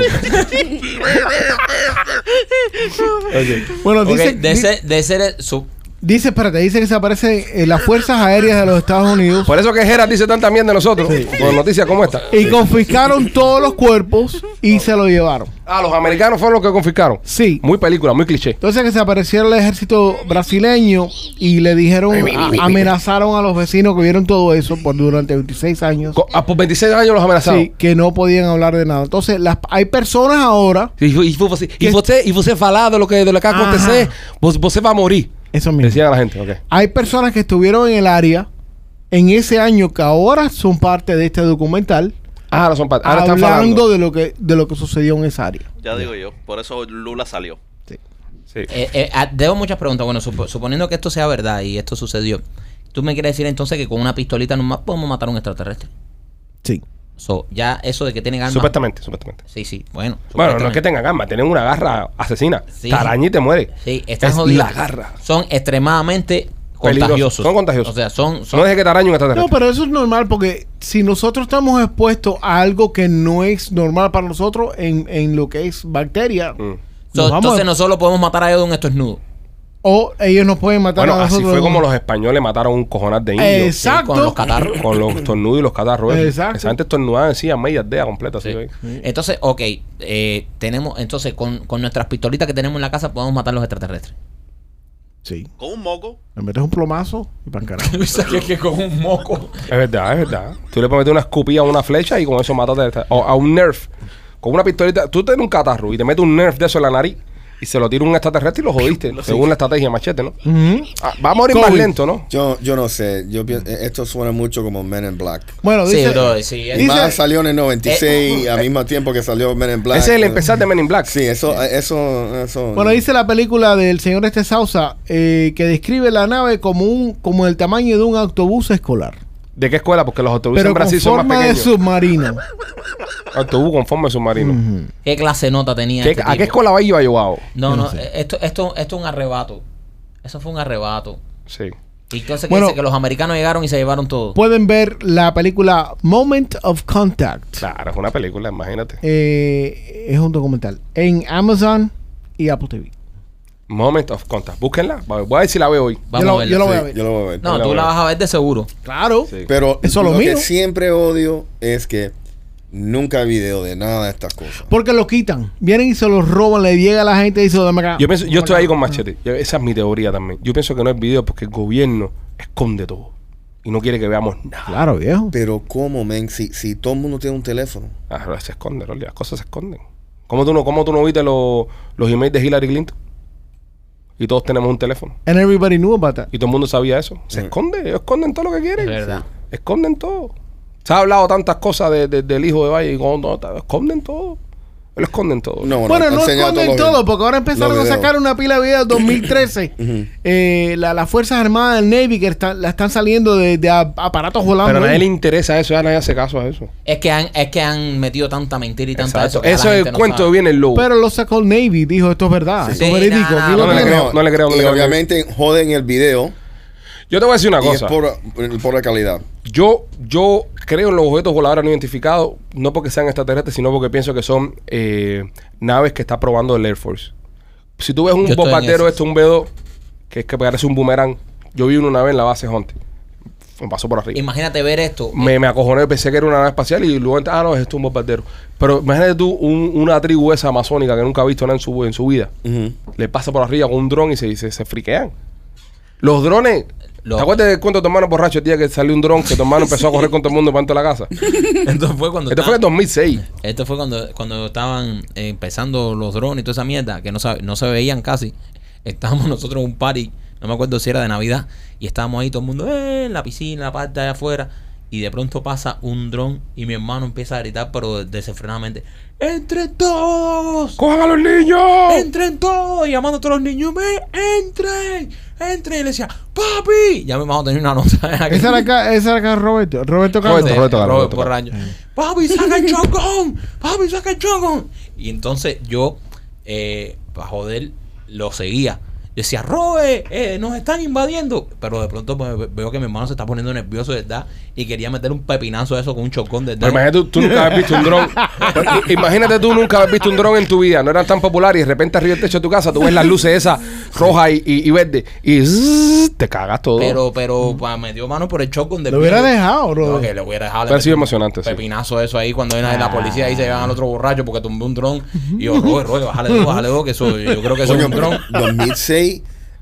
Bueno, Ok, dice, de, di- ser, de ser el- su- dice, espérate, dice que se aparecen eh, las fuerzas aéreas de los Estados Unidos Por eso que Gerard dice tanta mierda de nosotros. Con noticias como esta. y confiscaron todos los cuerpos y se los llevaron. Ah, los americanos fueron los que confiscaron. Sí. Muy película, muy cliché. Entonces que se apareciera el ejército brasileño y le dijeron, a- amenazaron a los vecinos que vieron todo eso por durante 26 años. Co- ah, por 26 años los amenazaron. Sí, que no podían hablar de nada. Entonces, las, hay personas ahora, Y, y, fue así, ¿Qué? y usted, y usted falar de lo que, de lo que Ajá. acontece, vos, vos va a morir. eso mismo, Decían a la gente, ok. hay personas que estuvieron en el área en ese año que ahora son parte de este documental, Ah, ahora son pa- Ahora están hablando falando. de lo que de lo que sucedió en esa área. Ya digo yo. Por eso Lula salió. Sí. eh, eh, ah, debo muchas preguntas. Bueno, supo- suponiendo que esto sea verdad y esto sucedió, ¿tú me quieres decir entonces que con una pistolita nomás podemos matar a un extraterrestre? Sí. So, ya eso de que tiene ganas. Supuestamente, supuestamente. Sí, sí, Bueno, no bueno. es supuestamente. que tengan gamba, tienen una garra asesina. Sí. Te araña y te muere. Sí, están es jodidos. la garra. Son extremadamente Peligrosos. contagiosos. Son contagiosos. O sea, son... son No dejes que te arañe un extraterrestre. No, pero eso es normal porque si nosotros estamos expuestos a algo que no es normal para nosotros en, en lo que es bacteria, Mm. so, nos vamos entonces a- no solo podemos matar a ellos de un estornudo. o ellos nos pueden matar Bueno, a así nosotros. fue como los españoles mataron un cojonal de indios. Exacto. Con los catarros. Con los tornudos y los catarros. esos. Exacto. Esa gente estornudaba en sí a media aldea completa. así, ¿ve? Entonces, ok, eh, tenemos, entonces con, con nuestras pistolitas que tenemos en la casa podemos matar a los extraterrestres. Sí. Con un moco. Le metes un plomazo y pan carajo. que, con un moco. Es verdad, es verdad. Tú le puedes meter una escupilla a una flecha y con eso matas a, a un nerf. con una pistolita, tú tienes un catarro y te metes un nerf de eso en la nariz y se lo tira un extraterrestre y lo jodiste, según la estrategia machete, ¿no? Ujú. Ah, va a morir más COVID. lento, ¿no? Yo, yo no sé, yo pienso- esto suena mucho como Men in Black. Bueno, Sí, dice. bro, sí. Y Dice- más salió en el 96, al mismo tiempo que salió Men in Black. eh. Ese es el empezar de Men in Black. Sí, eso, eh, eso, eso. Bueno, dice la película del señor este Sausa eh, que describe la nave como un como el tamaño de un autobús escolar, ¿De qué escuela? Porque los autobuses pero en con Brasil son más forma de pequeños. Ah, submarino. Autobús con forma de submarino. Mm. ¿Qué clase de nota tenía ¿Qué- este ¿A qué tipo? escuela va yo a Yoao? No, no, eh, esto, esto, esto es un arrebato. Eso fue un arrebato. Sí. Y entonces Bueno. pues, dice que los americanos llegaron y se llevaron todo. Pueden ver la película Moment of Contact. Claro, es una película, imagínate. Eh, es un documental en Amazon y Apple TV. Moment of Contact. Búsquenla. Voy a ver si la veo hoy. Vamos yo a lo, verlo. yo lo voy a Sí, ver. yo lo voy a ver. No, Pues, la tú la veo. vas a ver de seguro. Claro. Sí. Pero Eso lo lo que miro. siempre odio es que nunca video de nada de estas cosas. Porque lo quitan. Vienen y se los roban, le llega a la gente y se lo dan acá. Yo, pienso, yo Dame estoy acá. ahí con Machete. Yo- esa es mi teoría también. Yo pienso que no es video porque el gobierno esconde todo. Y no quiere que veamos nada. Claro, viejo. Pero cómo, men, si, si todo el mundo tiene un teléfono. Ah, pero se esconde, Rolly, Las cosas se esconden. ¿Cómo tú no, cómo tú no viste los, los emails de Hillary Clinton? Y todos tenemos un teléfono. And everybody knew about that. Y todo el mundo sabía eso. Se Mm. esconde. Ellos esconden todo lo que quieren. Es verdad. Esconden todo. Se ha hablado tantas cosas de- de- del hijo de Valle y con- no, ta- esconden todo. Lo esconden todo. No, Bueno, han no enseñado esconden todos los todo, vi- porque ahora empezaron los a videos. sacar una pila de videos 2013. Eh, la- las Fuerzas Armadas del Navy que están- la están saliendo de, de a- aparatos volando. Pero a nadie ¿eh? le interesa eso, ya nadie hace caso a eso. Es que han, es que han metido tanta mentira y tanta Exacto. que ya la Eso es gente el no cuento sabe. de viene el lobo. Pero lo sacó el Navy, dijo, esto es verdad, esto es Sí, verídico. nah, aquí nah, lo no le tienen. creo, no le creo, no y le creo. obviamente joden el video Yo te voy a decir una y es cosa. por, por la calidad. Yo, yo creo en los objetos voladores no identificados, no porque sean extraterrestres, sino porque pienso que son eh, naves que está probando el Air Force. Si tú ves Yo un estoy en bombardero, esas. esto un B2, que es que parece un boomerang. Yo vi uno una vez en la base Hunter. Me pasó por arriba. Imagínate ver esto. me, me acojoné, pensé que era una nave espacial y luego, ent- ah, no, es esto un bombardero. Pero imagínate tú un- una tribu esa amazónica que nunca ha visto nada en su, en su vida. Ujú. Le pasa por arriba con un dron y se, se, se friquean. Los drones. Lo- ¿Te acuerdas de cuento de tu hermano borracho el día que salió un dron que tu hermano empezó a correr con todo el mundo para dentro de la casa? Esto fue cuando Esto fue en el estaban- 2006. esto fue cuando, cuando estaban eh, empezando los drones y toda esa mierda, que no, sab- no se veían casi. Estábamos nosotros en un party, no me acuerdo si era de Navidad, y estábamos ahí todo el mundo "Eh, en la piscina, la parte de allá afuera. Y de pronto pasa un dron y mi hermano empieza a gritar, pero desenfrenadamente: ¡Entre todos! ¡Cojan a los niños! ¡Entren todos! Llamando a todos los niños, ¡me entren! ¡Entren! Y le decía, ¡Papi! Ya me vamos a tener una nota. en la Esa era cara. acá, esa era acá Roberto, Roberto Carlos. Roberto, Roberto Roberto, Carlos, Roberto Borraño. Mm. Papi, saca el chocón. Papi, saca el chocón. Y entonces yo, eh, para joder, lo seguía. Decía, Robe, eh, nos están invadiendo. Pero de pronto pues, veo que mi hermano se está poniendo nervioso, de ¿verdad? Y quería meter un pepinazo a eso con un chocón, de Pero ¿verdad? imagínate tú, tú nunca habías visto un dron. Pero i- Imagínate tú nunca habías visto un dron en tu vida. No eran tan populares y de repente arriba del techo de tu casa tú ves las luces esas rojas y, y- y verde y zzz, te cagas todo. Pero, Mm. pero, pa, me dio mano por el chocón de Lo hubiera dejado, Robe. No, que lo hubiera dejado. Hubiera Le sido metí un emocionante, sí. Pepinazo eso ahí cuando viene la policía y se llevan al otro borracho porque tumbó un dron. Y yo, Robe, Robe, bájale dos, bájale dos, que eso, yo creo que eso es Coño, un dron. 2006,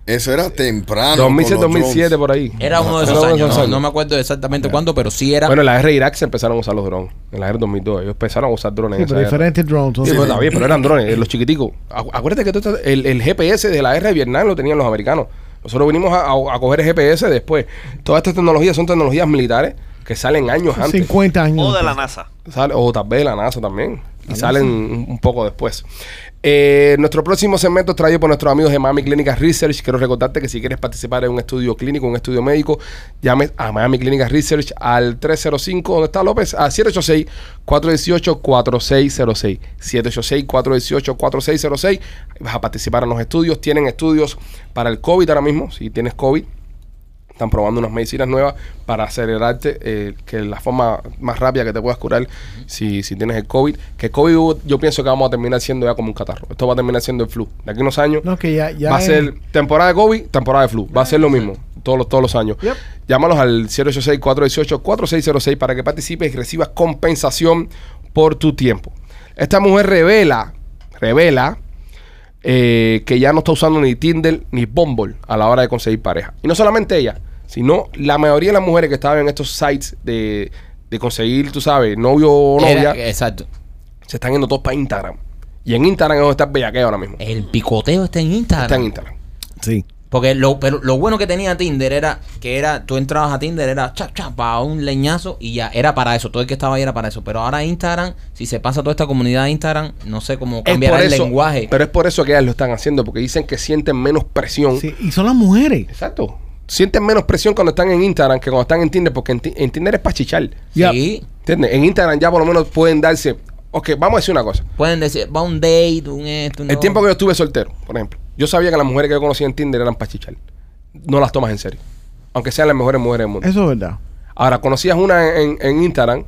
eso era temprano. con 2006, los 2007 drones. por ahí. Era uno de esos Era años, no, no me acuerdo exactamente cuándo, pero sí era. Bueno, en la guerra de Irak se empezaron a usar los drones. En la guerra del 2002 ellos empezaron a usar drones. Sí, en esa pero guerra. diferentes drones. Sí, entonces. pero, está bien, pero eran drones, eh, los chiquiticos. Acu- Acuérdate que todo esto- el, el GPS de la guerra de Vietnam lo tenían los americanos. Nosotros vinimos a, a- a coger el GPS después. Todas estas tecnologías son tecnologías militares que salen años antes. 50 años. O de la pues, después. NASA. Sale- o tal vez de la NASA también. Y salen un, un poco después. Eh, nuestro próximo segmento es traído por nuestros amigos de Miami Clinical Research. Quiero recordarte que si quieres participar en un estudio clínico, un estudio médico, llames a Miami Clinical Research al 305, ¿dónde está López? A 786-418-4606. 786-418-4606. Vas a participar en los estudios. Tienen estudios para el COVID ahora mismo, si tienes COVID. Están probando unas medicinas nuevas para acelerarte, eh, que la forma más rápida que te puedas curar si, si tienes el COVID. Que el COVID hubo- yo pienso que vamos a terminar siendo ya como un catarro. Esto va a terminar siendo el flu. De aquí a unos años No, que ya, ya va a es- Ah, ser temporada de COVID, temporada de flu. Va a ser lo mismo todos los, todos los años. Yep. Llámanos al 086-418-4606 para que participes y recibas compensación por tu tiempo. Esta mujer revela, revela eh, que ya no está usando ni Tinder ni Bumble a la hora de conseguir pareja. Y no solamente ella, sino la mayoría de las mujeres que estaban en estos sites de, de conseguir, tú sabes, novio o novia, Era- exacto. se están yendo todos para Instagram. Y en Instagram es donde está el bellaqueo ahora mismo. El picoteo está en Instagram. Está en Instagram. Sí. Porque lo, pero lo bueno que tenía Tinder era que era, tú entrabas a Tinder, era chap, chap, pa' un leñazo y ya, era para eso, todo el que estaba ahí era para eso. Pero ahora Instagram, si se pasa toda esta comunidad de Instagram, no sé cómo Es cambiará por el eso- lenguaje. Pero es por eso que ellas lo están haciendo, porque dicen que sienten menos presión. Sí, Y son las mujeres. Exacto. Sienten menos presión cuando están en Instagram que cuando están en Tinder, porque en, Ti- en Tinder es para chichar. Ya. Sí, ¿Entiendes? En Instagram ya por lo menos pueden darse. Ok, vamos a decir una cosa. pueden decir, va un date, un esto, un El lo tiempo que otro. yo estuve soltero, por ejemplo, yo sabía que las mujeres que yo conocía en Tinder eran para chichar. No las tomas en serio. Aunque sean las mejores mujeres del mundo. Eso es verdad. Ahora, conocías una en, en Instagram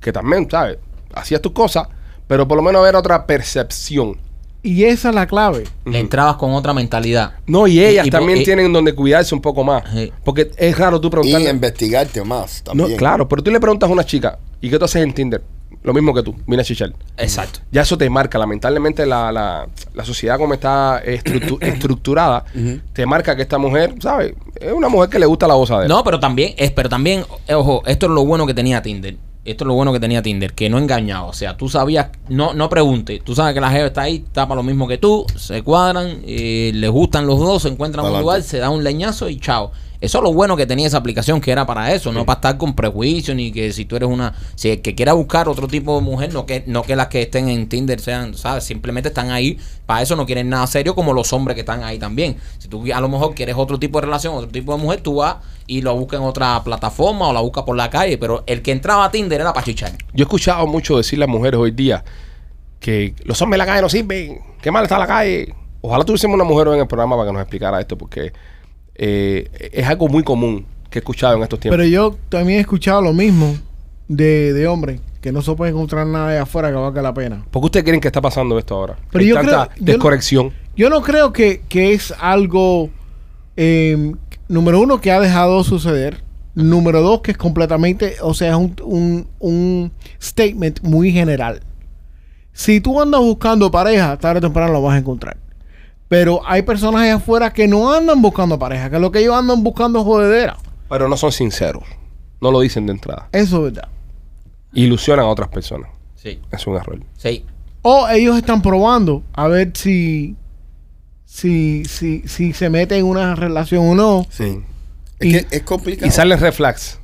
que también, ¿sabes? Hacías tus cosas, pero por lo menos era otra percepción. Y esa es la clave. Ujú. entrabas con otra mentalidad. No, y ellas Y- y po- también y- tienen donde cuidarse un poco más. Sí. Porque es raro tú Y preguntarle. investigarte más No, también. claro, pero tú le preguntas a una chica, ¿y qué tú haces en Tinder? Lo mismo que tú, vine a chichar. Exacto. Ya eso te marca, lamentablemente la, la- la sociedad como está estructu- estructurada, te marca que esta mujer, ¿sabes? Es una mujer que le gusta la gozadera. No, pero también, es, pero también, ojo, esto es lo bueno que tenía Tinder. Esto es lo bueno que tenía Tinder, que no engañaba. O sea, tú sabías, no, no pregunte. Tú sabes que la jeva está ahí, está para lo mismo que tú, se cuadran, eh, les gustan los dos, se encuentran en un Adelante. lugar, se da un leñazo y chao. Eso es lo bueno que tenía esa aplicación, que era para eso, no para estar con prejuicio, ni que si tú eres una, si el que quiera buscar otro tipo de mujer, no que, no que las que estén en Tinder sean, ¿sabes? Simplemente están ahí, para eso no quieren nada serio, como los hombres que están ahí también. Si tú a lo mejor quieres otro tipo de relación, otro tipo de mujer, tú vas y lo buscas en otra plataforma o la buscas por la calle, pero el que entraba a Tinder era para chichar. Yo he escuchado mucho decir las mujeres hoy día que los hombres en la calle no sirven, qué mal está la calle. Ojalá tuviésemos una mujer en el programa para que nos explicara esto, porque eh, es algo muy común que he escuchado en estos tiempos. Pero yo también he escuchado lo mismo de, de hombres que no se puede encontrar nada de afuera que valga la pena. ¿Por qué ustedes creen que está pasando esto ahora? Pero Hay yo tanta creo- yo no- desconexión. Yo no creo que, que es algo, eh, número uno, que ha dejado suceder. Número dos, que es completamente, o sea, es un, un- un statement muy general. Si tú andas buscando pareja, tarde o temprano lo vas a encontrar. Pero hay personas allá afuera que no andan buscando pareja, que lo que ellos andan buscando es jodedera. Pero no son sinceros. No lo dicen de entrada. Eso es verdad. Ilusionan a otras personas. Sí. Es un error. Sí. O ellos están probando a ver si, si, si, si se mete en una relación o no. Sí. Es Y- que es complicado. Y salen red flags.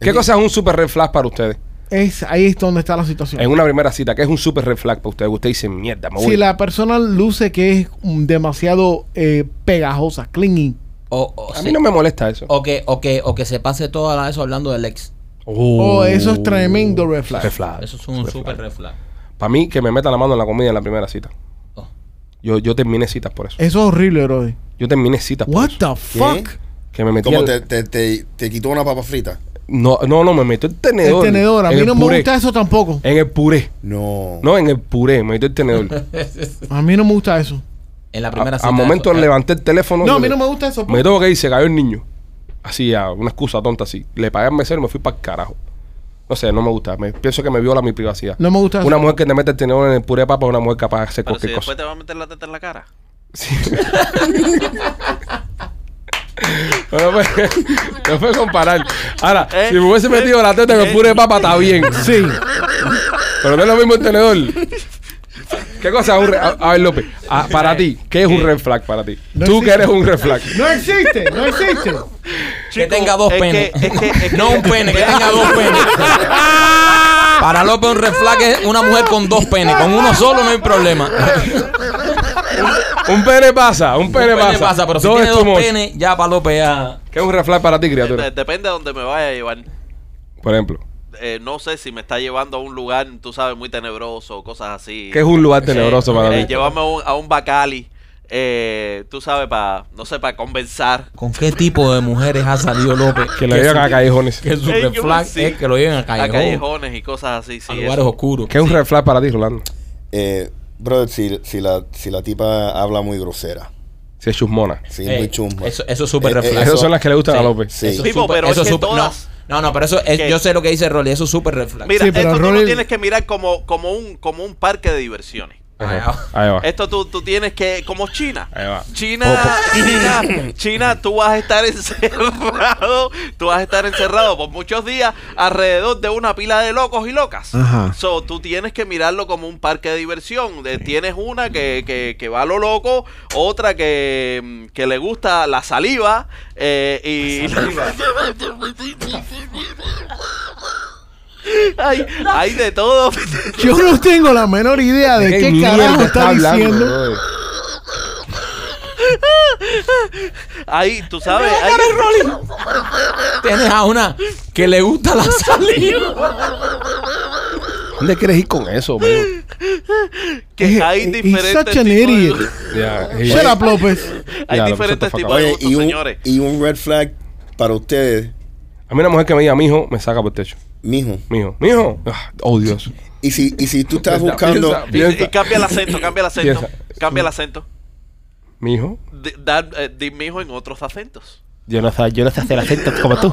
¿Qué Sí. cosa es un super red flag para ustedes? Es, ahí es donde está la situación. En una primera cita, ¿qué es un super red flag para ustedes? Ustedes dicen, mierda, me voy. si la persona luce que es mm, demasiado eh, pegajosa, clingy. O, o a sí. mí no me molesta eso. O que, o que, o que se pase todo la- eso hablando del ex. Oh, eso es tremendo red flag. Red flag. Eso es un super red flag. Para mí, que me metan la mano en la comida en la primera cita. Oh. Yo, yo terminé citas por eso. Eso es horrible, Brody. Yo terminé citas por What eso. the fuck? Que me metían... Como te, te, te, te quitó una papa frita. No, no, no, me metió el El tenedor. tenedor, a en mí el no me puré. gusta eso tampoco. En el puré. No. No, en el puré. Me metió el tenedor. A mí no me gusta eso. En la A- primera Al momento eso- levanté el teléfono. No, y a mí le- no me gusta eso. Me tengo que ir, se cayó el niño. Así, a una excusa tonta así. Le pagué al mesero y me fui para el carajo. No sé, no me gusta. Me, pienso que me viola mi privacidad. No me gusta eso. Una mujer que te mete el tenedor en el puré de papa es una mujer capaz de hacer Pero si cualquier después cosa. te va a meter la teta en la cara. Sí. No me puede, no puede comparar. Ahora, Eh, si me hubiese metido la teta en el puré de papa, está bien. Sí. Pero no es lo mismo el tenedor. ¿Qué cosa es un re- a, a ver, López, a- Eh, para ti, ¿qué es un red flag para ti? No Tú que existe. eres un red flag. No existe, no existe. Que tenga dos es penes. que- es que- es que- no un pene, que tenga dos penes. Para López un reflaque es una mujer con dos penes. Con uno solo no hay problema. Un pene pasa, un Un pene, pene pasa. pasa, pero si Dos tiene es dos too much. penes, Este, ya para López ya... ¿Qué es un red flag para ti, de- criatura? depende de donde me vaya a llevar. este. Por ejemplo, Eh, no sé si me está llevando a un lugar, tú sabes, muy tenebroso o cosas así. ¿qué es un lugar tenebroso para Eh, ti? Llevarme a un, a un bacali. eh, tú sabes, para, no sé, para conversar. ¿Con qué tipo de mujeres ha salido López? Que le llegan a su- callejones. Que su Ey, red yo flag sí. es que lo lleven a A callejón. callejones y cosas así. A Sí, lugares eso. oscuros. ¿Qué es un red flag para ti, Rolando? Eh, brother, si, si, la, si la tipa habla muy grosera. Si es chusmona. Sí, Ey, muy chumba. Eh, Eso, eso es súper Eh, red eh, flag. Esas son las que le gustan a Sí. López. Sí. Eso es Tipo, súper- pero eso es es que súper- no, todas- no, no, pero eso es- ¿Qué? yo sé lo que dice Rolly, eso es súper red flag. Mira, Sí, pero esto tú Rolly- lo tienes que mirar como, como, un, como un parque de diversiones. Ajá. Ahí va. Esto tú, tú tienes que, como China. Ah. Ahí va. China, China, China, tú vas a estar encerrado, tú vas a estar encerrado por muchos días alrededor de una pila de locos y locas. Ajá. So, tú tienes que mirarlo como un parque de diversión. De- tienes una que, que- que va a lo loco, otra que, mm, que le gusta la saliva eh, y... Hay, hay de todo. Yo no tengo la menor idea de qué, mierda carajo está, hablando, diciendo. brother? Hay, tú sabes, hay- Tienes a una que le gusta la saliva. ¿Dónde quieres ir con eso, man? que hay He's diferentes such an tipos de- idiot. Ya, eh, Shut up, López. Hay Ya, lo diferentes puso tipos de Oye, gustos, y un, señores. y un red flag para ustedes, A mí una mujer que me diga, mijo, me saca por el techo. mijo. Mijo, mijo. Ah, Oh, Dios. Y si, y si tú estás Piensa, buscando, piensa. Y- y cambia el acento, cambia el acento. Piensa. Cambia el acento. Mijo. Di- Dar, eh, di mi hijo en otros acentos. Yo no sé, yo no sé hacer acento como tú.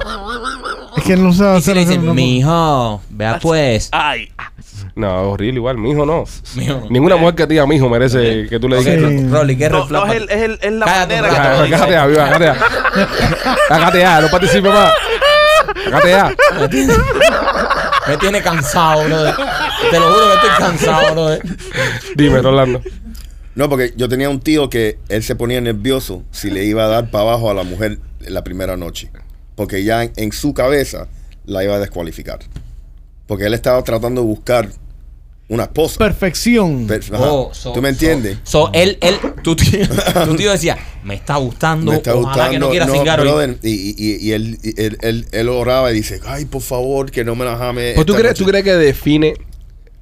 Es que no sabe Y se hacer le eso. dicen, mijo, vea pues. Ay, ah, No, horrible igual, mijo no. Mijo. Ninguna mujer que te diga mijo merece que tú le Eh. Ok, digas. Sí. Ro- Rolly, ¿qué no, reflejo? no, es, el- es el- es la Cállate, manera cállate. que tú Ah, lo dices. Cágate ya, viva, cágate ya. Cágate ya, no participes más. Cágate ya. Me tiene, me tiene cansado, brother. Te lo juro que estoy cansado, brother. Dime, Rolando. no, porque yo tenía un tío que él se ponía nervioso si le iba a dar para abajo a la mujer la primera noche, porque ya en, en su cabeza la iba a descualificar, porque él estaba tratando de buscar una esposa. Perfección. Per- ajá. Oh, so- ¿Tú me entiendes? So, so, él, él, tu tío, tu tío decía, me está gustando, Me está ojalá gustando. que no quiera no, cingar hoy. brother, y, y, y- y él, y él, él, él oraba y dice, ay, por favor, que no me la jame. Pues tú esta crees, tú noche". crees que define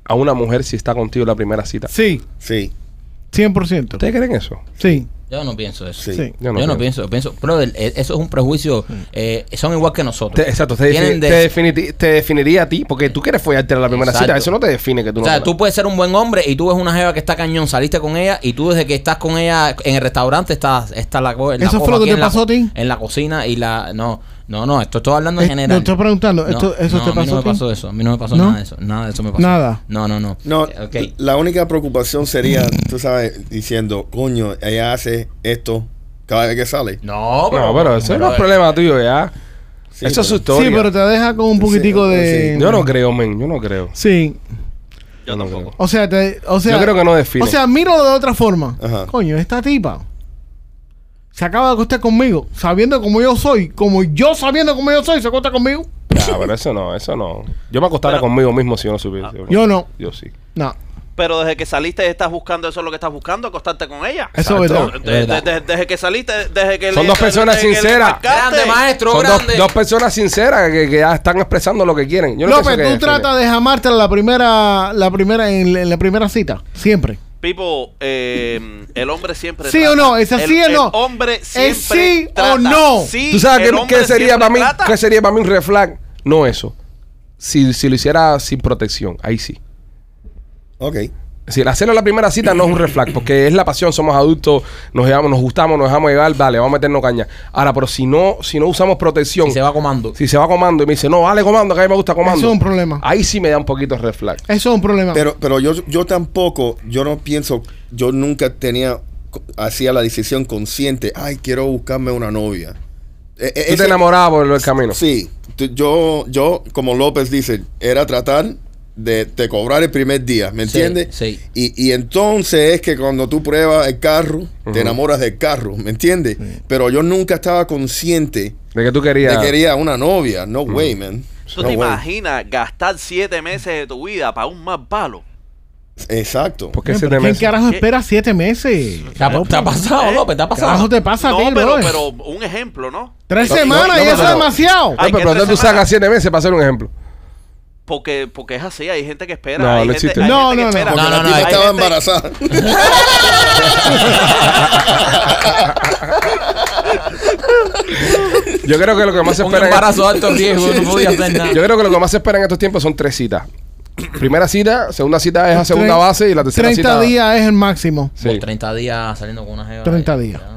a una mujer si está contigo en la primera cita. Sí, Sí, 100%. ¿Ustedes creen eso? Sí. Yo no pienso eso. sí. Sí. Yo no yo no creo. pienso, pienso, brother, eh, eso es un prejuicio, eh, son igual que nosotros. Te- exacto, te, Tienen defini- te de- defini- te definiría a ti porque tú quieres follarte a la primera cita. Exacto. Eso no te define que tú o no. sea, tú puedes ser un buen hombre y tú ves una jeva que está cañón, saliste con ella y tú desde que estás con ella en el restaurante estás está la, co- en la ¿Eso fue coja lo aquí que te en la pasó co- a ti? En la cocina y la no, no, no, esto estoy hablando Eh, en general. no, estoy preguntando, ¿esto- eso te a mí pasó no a me ti? pasó eso, a mí no me pasó ¿No? nada de eso, nada de eso me pasó. Nada. No, no, no. No, Eh, ok. la única preocupación sería, tú sabes, diciendo, coño, ella hace esto cada vez que sale. No, No, pero eso no es problema tuyo ya. Sí, eso es su pero- historia. Sí, pero te deja con un Sí, poquitico sí. de. Yo no creo, men. Yo no creo. Sí. Yo tampoco. O sea, te, o sea, Yo creo que no define. O sea, míralo de otra forma. Ajá. Coño, esta tipa se acaba de acostar conmigo, sabiendo como yo soy, como yo sabiendo como yo soy, se acuesta conmigo. Ah, pero eso no, eso no. Yo me acostara Pero- conmigo mismo si yo no supiera. Yo no. Yo sí. No, Pero desde que saliste estás buscando eso es lo que estás buscando, acostarte con ella. eso es verdad. De- de- Verdad. de- desde que saliste, desde que Son dos personas desde que le sinceras. marcaste. Grande maestro, Son dos, grande. dos personas sinceras que, que ya están expresando lo que quieren. Yo no López, pienso que tú tratas de jamártela la primera, la primera, en, la- en la primera cita, siempre. Pipo, eh, el hombre siempre ¿Sí trata. o no? ¿Es así El- o no? El hombre ¿Es siempre sí o trata. no? Sí, ¿Tú sabes el qué, hombre qué sería siempre para mí, trata. qué sería para mí un red flag? No eso. Si, si lo hiciera sin protección, ahí sí. Ok. Es decir, hacerlo en la primera cita no es un reflag, porque es la pasión, somos adultos, nos llevamos, nos gustamos, nos dejamos llevar, vale, vamos a meternos caña. Ahora, pero si no, si no usamos protección, Y se va comando. si se va comando y me dice, no, vale comando, que a mí me gusta comando. Eso es un problema. Ahí sí me da un poquito reflag. Eso es un problema. Pero, pero yo, yo tampoco, yo no pienso, yo nunca tenía, hacía la decisión consciente, ay, quiero buscarme una novia. Eh, eh, Tú eso- te enamorabas por el camino. Sí, tú- yo, yo, como López dice, era tratar de, de cobrar el primer día, ¿me Sí, entiendes? sí. Y, y entonces es que cuando tú pruebas el carro, te enamoras del carro, ¿me entiendes? Pero yo nunca estaba consciente De que tú querías. de que quería una novia. No way, man. ¿Tú Oh, No te way. imaginas gastar siete meses de tu vida para un más palo? Exacto. ¿Por qué Pero se ¿Quién te mece? carajo ¿Qué? espera siete meses? ¿Te ha, te ha pasado, López? ¿Te ha pasado? ¿Eh? Carajo te pasa a ti, no, pero, brother? pero un ejemplo, ¿no? Tres No, no, semanas no, y no, eso no. es demasiado. No, Ah, Ay, que pero tres tú semanas. sacas siete meses para hacer un ejemplo. Porque, porque es así, hay gente que espera. No, hay no gente- existe. hay No, gente no, que no. espera. No, no, La no, tipa Hay estaba gente- embarazada. Yo creo que lo que más se Un espera. en- embarazo alto riesgo, no podía hacer nada. Yo creo que lo que más se espera en estos tiempos son tres citas. Primera cita, segunda cita es a segunda Tre- base y la tercera 30 cita. días es el máximo. Sí. Por 30 días saliendo con una jeva. 30 eh, días. ya.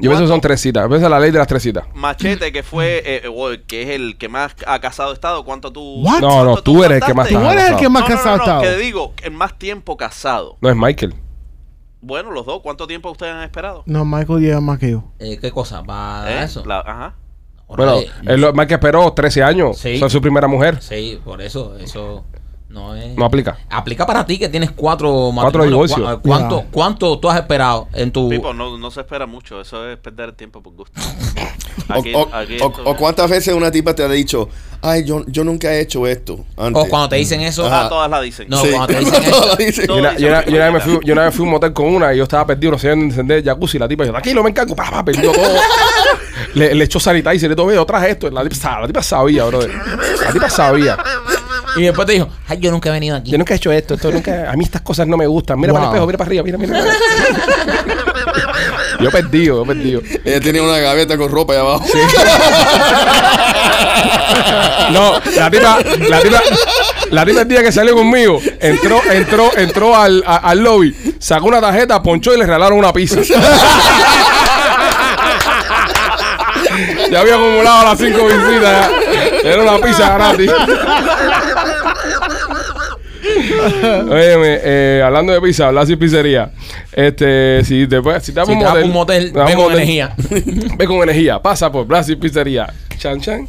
Yo pienso que son tres citas. Yo pienso que es la ley de las tres citas. Machete, que fue, eh, eh, o el que es el que más ha casado estado, ¿cuánto tú? What? No, no, ¿cuánto tú eres el que más gastaste? Tú Ajá, eres el casado. que más No, no, no, casado no, estaba. que digo, el más tiempo casado. No es Michael. Bueno, los dos, ¿cuánto tiempo ustedes han esperado? No, Michael lleva más que yo. Eh, ¿Qué cosa? ¿Para ¿Eh? eso? La- ajá. Bueno, Órale. es lo más que esperó 13 años. Sí. O sea, su primera mujer. Sí, por eso, eso no es... No aplica. Aplica para ti que tienes cuatro Cuatro matrimonios. divorcios. Cu- ¿Cuánto, Ya. ¿Cuánto tú has esperado en Uh. tu... Pipo, no, no se espera mucho, eso es perder el tiempo por gusto. O, Aquí- o- aquí o- esto- o cuántas veces una tipa te ha dicho, ay, yo, yo nunca he hecho esto antes. O cuando te dicen eso... Ah, Ajá. todas la dicen. No, Sí. cuando te dicen eso. Todas dicen. Yo No, una, dice yo una- que yo una vez no. me fui, yo una vez fui a un motel con una y yo estaba perdido, no sabía dónde encender el jacuzzi. La tipa dijo, tranquilo, me encargo. Pa, pa, perdió todo. le, le echó sanitizer y todo. Yo traje esto. La tipa, sa- la tipa sabía, bro. La tipa sabía. ah, Y después te dijo, ay, yo nunca he venido aquí. Yo nunca he hecho esto. esto nunca, a mí estas cosas no me gustan. Mira para el Wow. espejo, mira para arriba, mira, mira. para arriba. yo perdido, yo perdido. Ella tenía una gaveta con ropa allá abajo. No, la tipa, la tipa, la tipa el día que salió conmigo, entró, entró, entró al, a- al lobby, sacó una tarjeta, ponchó y le regalaron una pizza. Ya había acumulado las cinco visitas. ya. Era una pizza gratis. Óyeme, eh, hablando de pizza, hablando de pizzería. Este, si te, puedes- si te vas Si te vas a pa' un motel, te vas a ve un con motel, energía. Ve con energía, pasa por Blasi Pizzería. Chan Chan.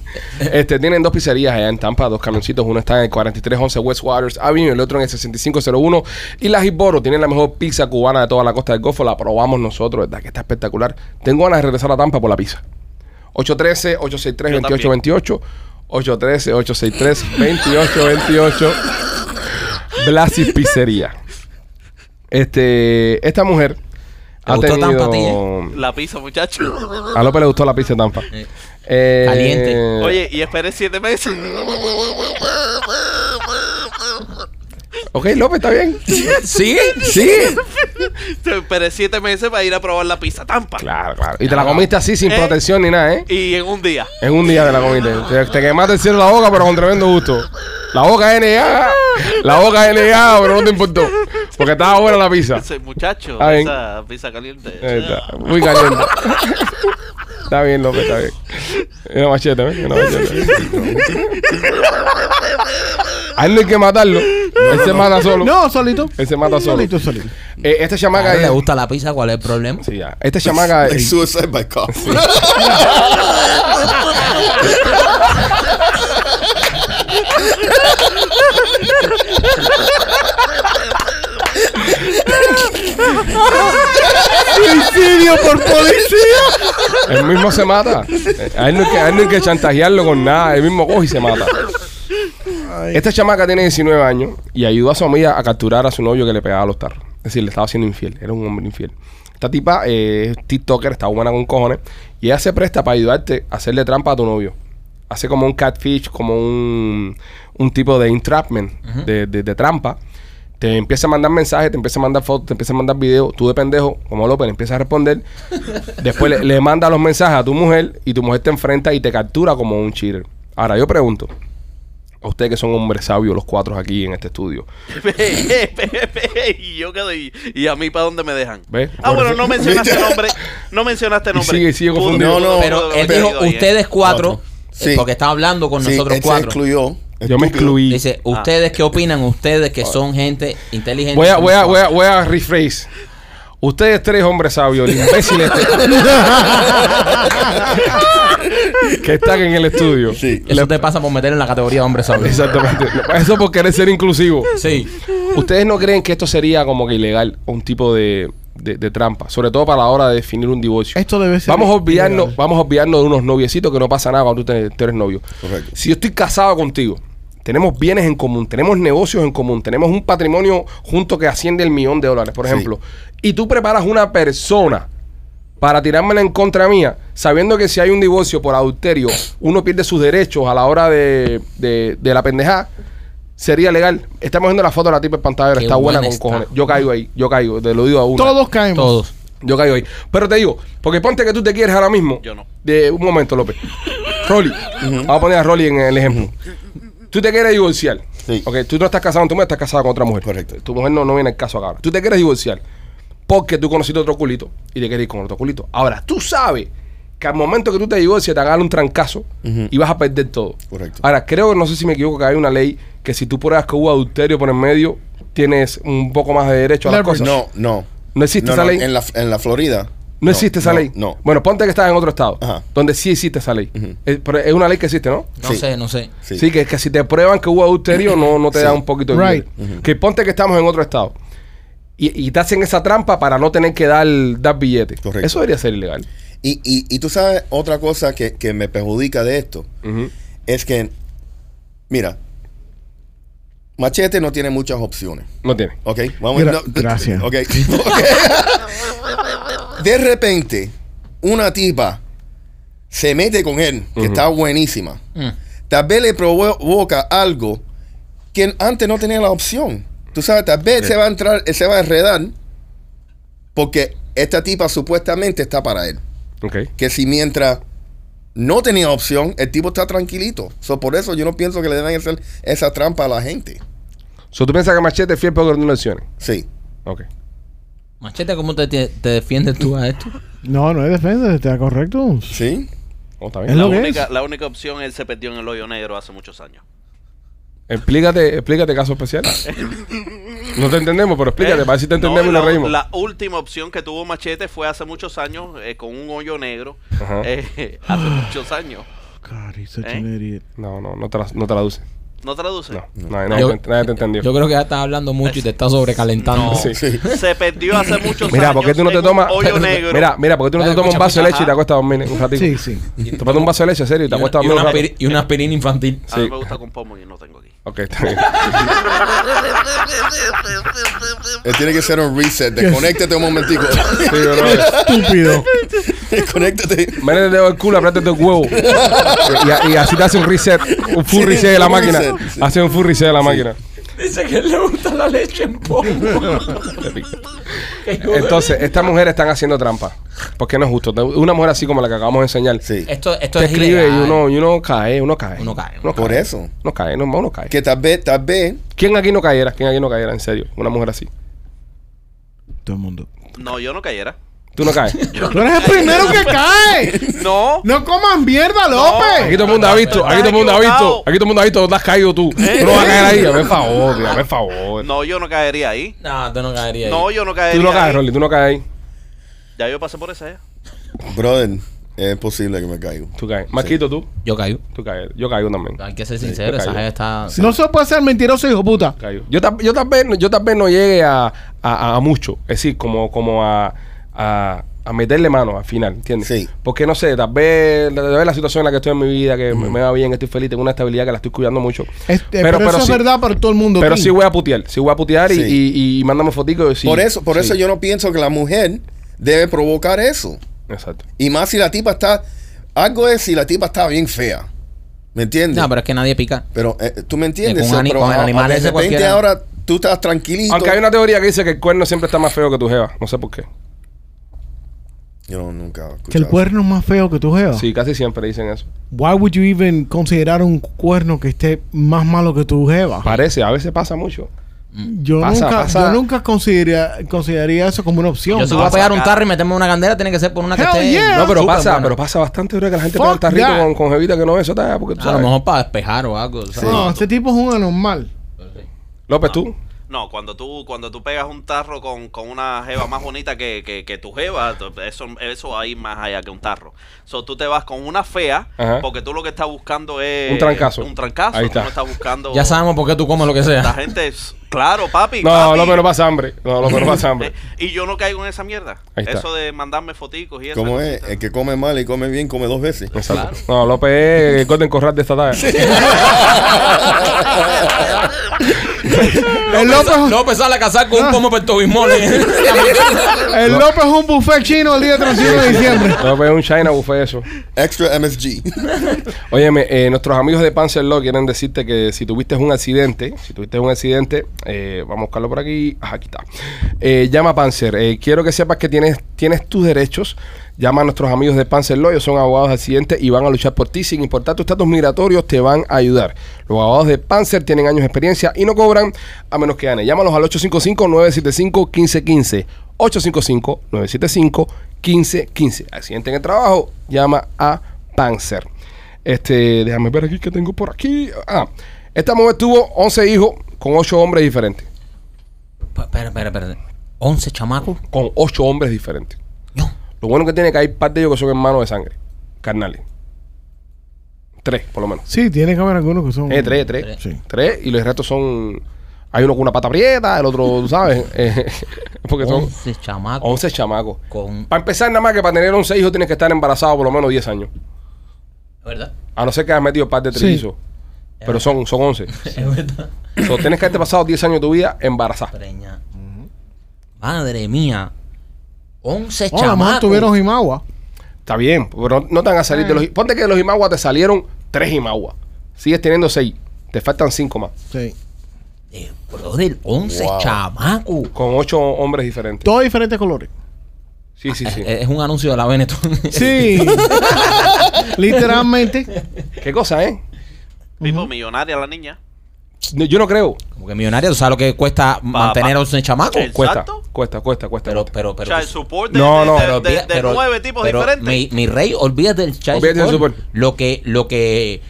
Este, tienen dos pizzerías allá en Tampa, dos camioncitos. Uno está en el 4311 West Waters Avenue, el otro en el 6501. Y la Hiboro tienen la mejor pizza cubana de toda la costa del Golfo. La probamos nosotros, ¿verdad? Que está espectacular. Tengo ganas de regresar a Tampa por la pizza. 813-863-2828. 813-863-2828. Blasi Pizzería. Este, esta mujer ¿Te ha gustó tenido... Tampa a ti, La pizza, muchacho. A López le gustó la pizza de Tampa. Eh, Eh, Caliente. Oye, y esperé siete meses. Ok, López, está bien. ¿Sí? Sí. esperé siete meses para ir a probar la pizza tampa. Claro, claro. Y te la comiste así, sin Eh. protección ni nada, ¿eh? Y en un día. En un día te la comiste. Te, te quemaste el cielo la boca, pero con tremendo gusto. La boca NA. La boca NA, pero no te importó. Porque estaba buena la pizza. Ese muchacho, Ah, bien. esa pizza caliente. Ahí está. Muy caliente. Está bien, López, está bien. Una macheta, ¿eh? Una macheta. A él no hay que matarlo. Él se mata solo. No, solito. Él se mata solo. Solito, solito. Eh, esta chamaca Ahora ahí- le gusta la pizza, ¿cuál es el problema? Sí, ya. Esta chamaca. Like suicide by cop. ¡Suicidio por policía! Él mismo se mata. A él, no hay que, a él no hay que chantajearlo con nada. Él mismo coge y se mata. Esta chamaca tiene 19 años y ayudó a su amiga a capturar a su novio que le pegaba los tarros. Es decir, le estaba siendo infiel. Era un hombre infiel. Esta tipa eh, es TikToker, está buena con cojones. Y ella se presta para ayudarte a hacerle trampa a tu novio. Hace como un catfish, como un, un tipo de entrapment, de, de- de trampa. Te empieza a mandar mensajes, te empieza a mandar fotos, te empieza a mandar videos. Tú de pendejo, como López, le empiezas a responder. Después le, le manda los mensajes a tu mujer y tu mujer te enfrenta y te captura como un cheater. Ahora, yo pregunto, a ustedes que son hombres sabios los cuatro aquí en este estudio. y yo quedo y, y a mí para dónde me dejan. ¿Ves? Ah, bueno, Bueno, no mencionaste nombre. No mencionaste nombre. sigue- sigue Pudo- confundido. pudo- No, no, pudo Pero él haber dijo, ido ahí, ¿eh? ustedes cuatro, Sí. eh, porque está hablando con Sí, nosotros él se cuatro. excluyó. Yo me Estúpido. excluí. Dice, ¿ustedes qué opinan? Ustedes que son gente inteligente. Ah. voy, a, voy, a, voy, a, voy a rephrase. Ustedes tres hombres sabios, el imbécil este- que están en el estudio. Sí. Eso te pasa por meter en la categoría hombre sabio. Exactamente. Eso por querer ser inclusivo. Sí. ¿Ustedes no creen que esto sería como que ilegal o un tipo de, de- de trampa? Sobre todo para la hora de definir un divorcio. Esto debe ser. Vamos a olvidarnos, ilegal. vamos a olvidarnos de unos noviecitos que no pasa nada cuando tú, te- tú eres novio. Correcto. Si yo estoy casado contigo, tenemos bienes en común, tenemos negocios en común, tenemos un patrimonio junto que asciende el millón de dólares, por Sí. ejemplo, y tú preparas una persona para tirármela en contra mía, sabiendo que si hay un divorcio por adulterio, uno pierde sus derechos a la hora de, de- de la pendejada. Sería legal. Estamos viendo la foto de la tipa en pantalla, Qué está buena buena con está. cojones. Yo caigo ahí, yo caigo, te lo digo a uno. Todos caemos. Todos. Yo caigo ahí. Pero te digo, porque ponte que tú te quieres ahora mismo. Yo no. De, un momento, López. Rolly. Vamos a poner a Rolly en el ejemplo. Tú te quieres divorciar. Sí. Ok, tú no estás casado con tu mujer, estás casado con otra mujer. Correcto. Tu mujer no, no viene al caso acá. ahora. Tú te quieres divorciar porque tú conociste otro culito y te quieres ir con otro culito. Ahora, tú sabes que al momento que tú te divorcias te hagan un trancazo y vas a perder todo. Correcto. Ahora, creo, no sé si me equivoco, que hay una ley que si tú pruebas que hubo adulterio por en medio, tienes un poco más de derecho a las Leverage. cosas. No, no. No existe No, esa no, ley. en, la, en la Florida. No existe esa ley. No. Bueno, ponte que estás en otro estado, Ajá. donde sí existe esa ley. Ujú. es, pero es una ley que existe, ¿no? No Sí. sé, no sé. Sí, Sí. que, que si te prueban que hubo adulterio, no, no te Sí. da un poquito de Right. billete. Que ponte que estamos en otro estado. Y, y te hacen esa trampa para no tener que dar, dar billete. Correcto. Eso debería ser ilegal. Y, y, y tú sabes otra cosa que, que me perjudica de esto. Ujú. Es que, mira, Machete no tiene muchas opciones. No tiene. Ok, vamos Gra- no, d- gracias. ok. Ok. De repente, una tipa se mete con él, que está buenísima. Mm. Tal vez le provoca algo que antes no tenía la opción. Tú sabes, tal vez se va a entrar, se va a enredar porque esta tipa supuestamente está para él. Ok. Que si mientras no tenía opción, el tipo está tranquilito. So, por eso yo no pienso que le deben hacer esa trampa a la gente. So, ¿Tú piensas que Machete es fiel para que no lesiones? Sí. Ok. Machete, ¿cómo te, te te defiendes tú a esto? No, no es defensa, está correcto. ¿Sí? Oh, está Es bien. La lo que única, es. la única opción él se perdió en el hoyo negro hace muchos años. Explícate, explícate caso especial. no te entendemos, pero explícate, Eh, para ver si te no, entendemos y la, nos reímos. La última opción que tuvo Machete fue hace muchos años eh, con un hoyo negro. Ajá. eh, hace muchos años. God, he's such ¿Eh? an idiot. No, no, no, tra- no traduce. ¿No traduce? No, nadie, nadie Yo- te ent- nadie te entendió. Yo creo que ya estás hablando mucho y te estás sobrecalentando. No. Sí. Sí. Se perdió hace muchos Mira, años. ¿por qué tú no en te un tomas? Hoyo negro. Mira, mira, ¿por qué tú no Dale, te tomas un escucha, vaso de escucha. leche y te acuestas a dormir un ratito? Sí, sí. Tómate un vaso de leche, en serio, y Y te una, acuestas a y, dormir un una ratito. aspiri- y una aspirina infantil. A mí sí. me gusta con pomo y no tengo aquí. Ok, está bien. Eh, tiene que ser un reset. Desconéctate un momentico. Sí, bro. Estúpido. Desconéctate. Métete el dedo del culo, apriétate el huevo. Y, y así te hace un reset, un full Sí, reset de la un máquina. reset, sí. Hace un full reset de la máquina. Dice que le gusta la leche en polvo. Entonces, estas mujeres están haciendo trampa. Porque no es justo. Una mujer así como la que acabamos de enseñar. Sí. Esto, esto Te es escribe y ilegal. uno, y uno cae, uno cae. Uno cae. Uno Por cae. eso. Uno cae, no, uno cae. Que tal vez, tal vez. ¿Quién aquí no cayera? ¿Quién aquí no cayera? En serio, una mujer así. Todo el mundo. No, yo no cayera. Tú no caes. Tú eres el primero que cae. No. No coman mierda, López. Aquí todo el mundo ha visto, aquí todo el mundo ha visto, equivocado. aquí todo el mundo ha visto, ¿dónde has caído tú? ¿Eh? Tú no vas a caer ahí, dame favor, tío, dame favor. No, yo no caería ahí. No, tú no caerías. No, ahí. yo no caería Tú no ahí. caes, Rolly, tú no caes ahí. Ya yo pasé por eh. esa. ya. Brother, es posible que me caiga. Tú caes. Marquito, tú, Yo caigo. tú caes. Yo caigo también. Hay que ser sincero, yo esa caigo. gente está. No se puede ser mentiroso, hijo puta. Caigo. Yo, tal- yo, tal vez, no- yo tal vez no llegue a, a, a mucho, es decir, como, como a, a, a meterle mano al final, ¿entiendes? Sí. Porque no sé, tal vez, tal vez la situación en la que estoy en mi vida, que me- me va bien, que estoy feliz, tengo una estabilidad que la estoy cuidando mucho. Este, pero, eso es sí, verdad para todo el mundo. Pero aquí. sí voy a putear, sí voy a putear y- Sí. y, y, mándame fotico. sí, por eso, por sí. eso yo no pienso que la mujer debe provocar eso. Exacto. Y más si la tipa está. Algo es si la tipa está bien fea. ¿Me entiendes? No, pero es que nadie pica. pero, eh, tú me entiendes. Con ani- pero con el a- animal de ese repente cualquiera. ahora tú estás tranquilito. Aunque hay una teoría que dice que el cuerno siempre está más feo que tu jeva. No sé por qué. Yo nunca. he escuchado Que el eso. cuerno es más feo que tu jeva. Sí, casi siempre dicen eso. Why would you even considerar un cuerno que esté más malo que tu jeva? Parece, a veces pasa mucho. Yo Pasa, nunca, pasa. yo nunca consideraría, consideraría eso como una opción. Yo si voy a Pasa. pegar un tarro y meterme una candela, tiene que ser por una que Hell esté. yeah. No, pero súper pasa, buena. pero pasa bastante creo que la gente Fuck pone el tarrito that. con, con jevita que no es eso, está, porque tú A lo sabes. mejor para despejar o algo. ¿sabes? No, este tipo es un anormal. López, tú. No, cuando tú, cuando tú pegas un tarro con, con una jeva más bonita que, que, que tu jeva, tú- eso, eso ahí más allá que un tarro. So, tú te vas con una fea, Ajá. porque tú lo que estás buscando es... Un trancazo. Un trancazo. Ahí Ahí está. está. estás buscando... Ya sabemos por qué tú comes lo que La sea. gente es... Claro, papi. No, papi. López no pasa hambre. No, López no pasa hambre. Eh, Y yo no caigo en esa mierda. Ahí está. Eso de mandarme foticos y eso. ¿Cómo es? El que come mal y come bien, come dos veces. Exacto. No, López es el Golden Corral de esta tarde. El López, López sale a casar con un pomo pertobismol. el López es un buffet chino el día 31 de diciembre. López es un China buffet eso. Extra MSG. Óyeme, eh, nuestros amigos de Panzer Law quieren decirte que si tuviste un accidente, si tuviste un accidente, eh, vamos a buscarlo por aquí. Ah, aquí está. Eh, llama a Panzer. Eh, quiero que sepas que tienes, tienes tus derechos. Llama a nuestros amigos de Panzer Law. Ellos son abogados de accidentes y van a luchar por ti. Sin importar tu estatus migratorio, te van a ayudar. Los abogados de Panzer tienen años de experiencia y no cobran a menos que ganes. Llámalos al 855-975-1515. 855-975-1515. Accidente en el trabajo, llama a Panzer. Este, déjame ver aquí que tengo por aquí. Ah, esta mujer tuvo 11 hijos con 8 hombres diferentes. Espera, espera, espera. 11 chamacos. con ocho hombres diferentes. No. Lo bueno que tiene es que hay parte de ellos que son hermanos de sangre, carnales. Tres, por lo menos. Sí, tiene cámara algunos que son. Eh, tres, tres. Sí. Tres, y los restos son. Hay uno con una pata prieta, el otro, tú sabes. Eh, porque son Oh. 11 chamacos. 11 chamacos. Con, Para empezar, nada más que para tener 11 hijos tienes que estar embarazado por lo menos 10 años. ¿Verdad? A no ser que hayas metido un par de Sí. trillizos. Pero son, son 11. Es verdad. So, tienes que haberte pasado 10 años de tu vida embarazada. Preña. Madre mía. 11 Oh, a lo mejor chamacos. tuvieron Jimagua. Está bien, pero no, no te van a salir de los... Ponte que de los Imaguas te salieron 3 Imaguas. Sigues teniendo 6. Te faltan 5 más. Sí. Eh, brother, 11 Wow. chamacos. Con 8 hombres diferentes. Todos diferentes colores. Sí, sí, sí. Es, es un anuncio de la Benetton. Sí. Literalmente. ¿Qué cosa, eh? Tipo millonaria la niña. No, Yo no creo. Como que millonario, tú sabes lo que cuesta mantener pa- 11 chamacos. Sí. Cuesta, Exacto. cuesta, cuesta, cuesta. Pero, cuesta. pero, O pero. sea, el support de, No, de- no. de- pero de- olvida- de pero- nueve tipos pero diferentes. Mi, mi rey, olvídate del child Olvídate del support. support. Lo que, lo que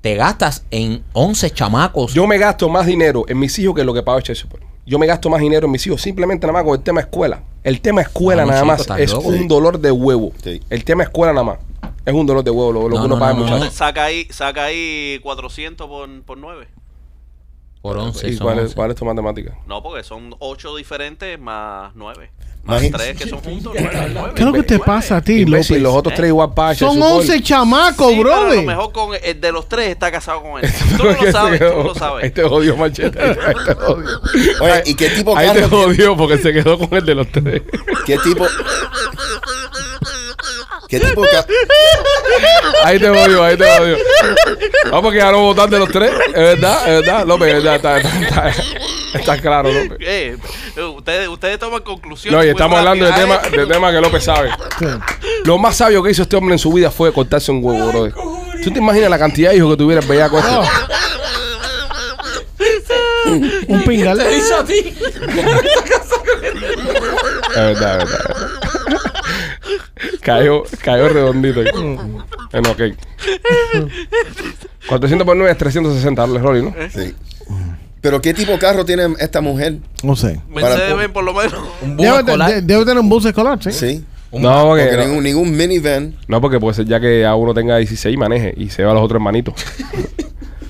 te gastas en 11 chamacos. Yo me gasto más dinero en mis hijos que lo que pago Chase Support. Yo me gasto más dinero en mis hijos simplemente nada más con el tema escuela. El tema escuela Ah, no, nada chico, más estás es loco. un dolor de huevo. Sí. El tema escuela nada más es un dolor de huevo lo, lo No, que uno no, paga no, no, muchachos. Saca ahí, saca ahí 400 por, por 9. por 11. ¿Y son cuál, es, 11. cuál es tu matemática? No, porque son 8 diferentes más 9. Más Imagín- 3 que son juntos. nueve, nueve, ¿Qué es lo que te nueve. pasa a ti, Imbécil, López? los otros tres igual pagan Chase Son Support. 11 chamacos, Sí, pero a brother. lo mejor con el de los tres está casado con él. Tú no lo sabes, tú no lo sabes. Este odio machete. Ahí te jodió. Oye, ¿y qué tipo Ahí te carro tiene? jodió porque se quedó con el de los tres. ¿Qué tipo? ¿Qué tipo ca- Ahí te jodió, ahí te jodió. Vamos porque ya no votar de los tres. Es verdad, es verdad. López, es verdad, está, está- está- está claro, López. Eh, ustedes, ustedes toman conclusiones. No, y muy estamos hablando de temas rápidas. de tema que López sabe. Lo más sabio que hizo este hombre en su vida fue cortarse un huevo, brother. ¿Tú te imaginas la cantidad de hijos que tuviera el bellaco este? Un pingal. Es verdad, es verdad. cayó, cayó redondito. ahí. Bueno, ok. 400 por 9 es 360, darle Rolly, ¿no? Sí. Pero ¿qué tipo de carro tiene esta mujer? No sé. Mercedes Para- Benz, por lo menos. Un bus Debe, escolar. de- debe tener un bus escolar, sí. Sí. No, porque, Porque ningún, ningún minivan. No, porque puede ser ya que ya uno tenga 16 y maneje y se va a los otros hermanitos.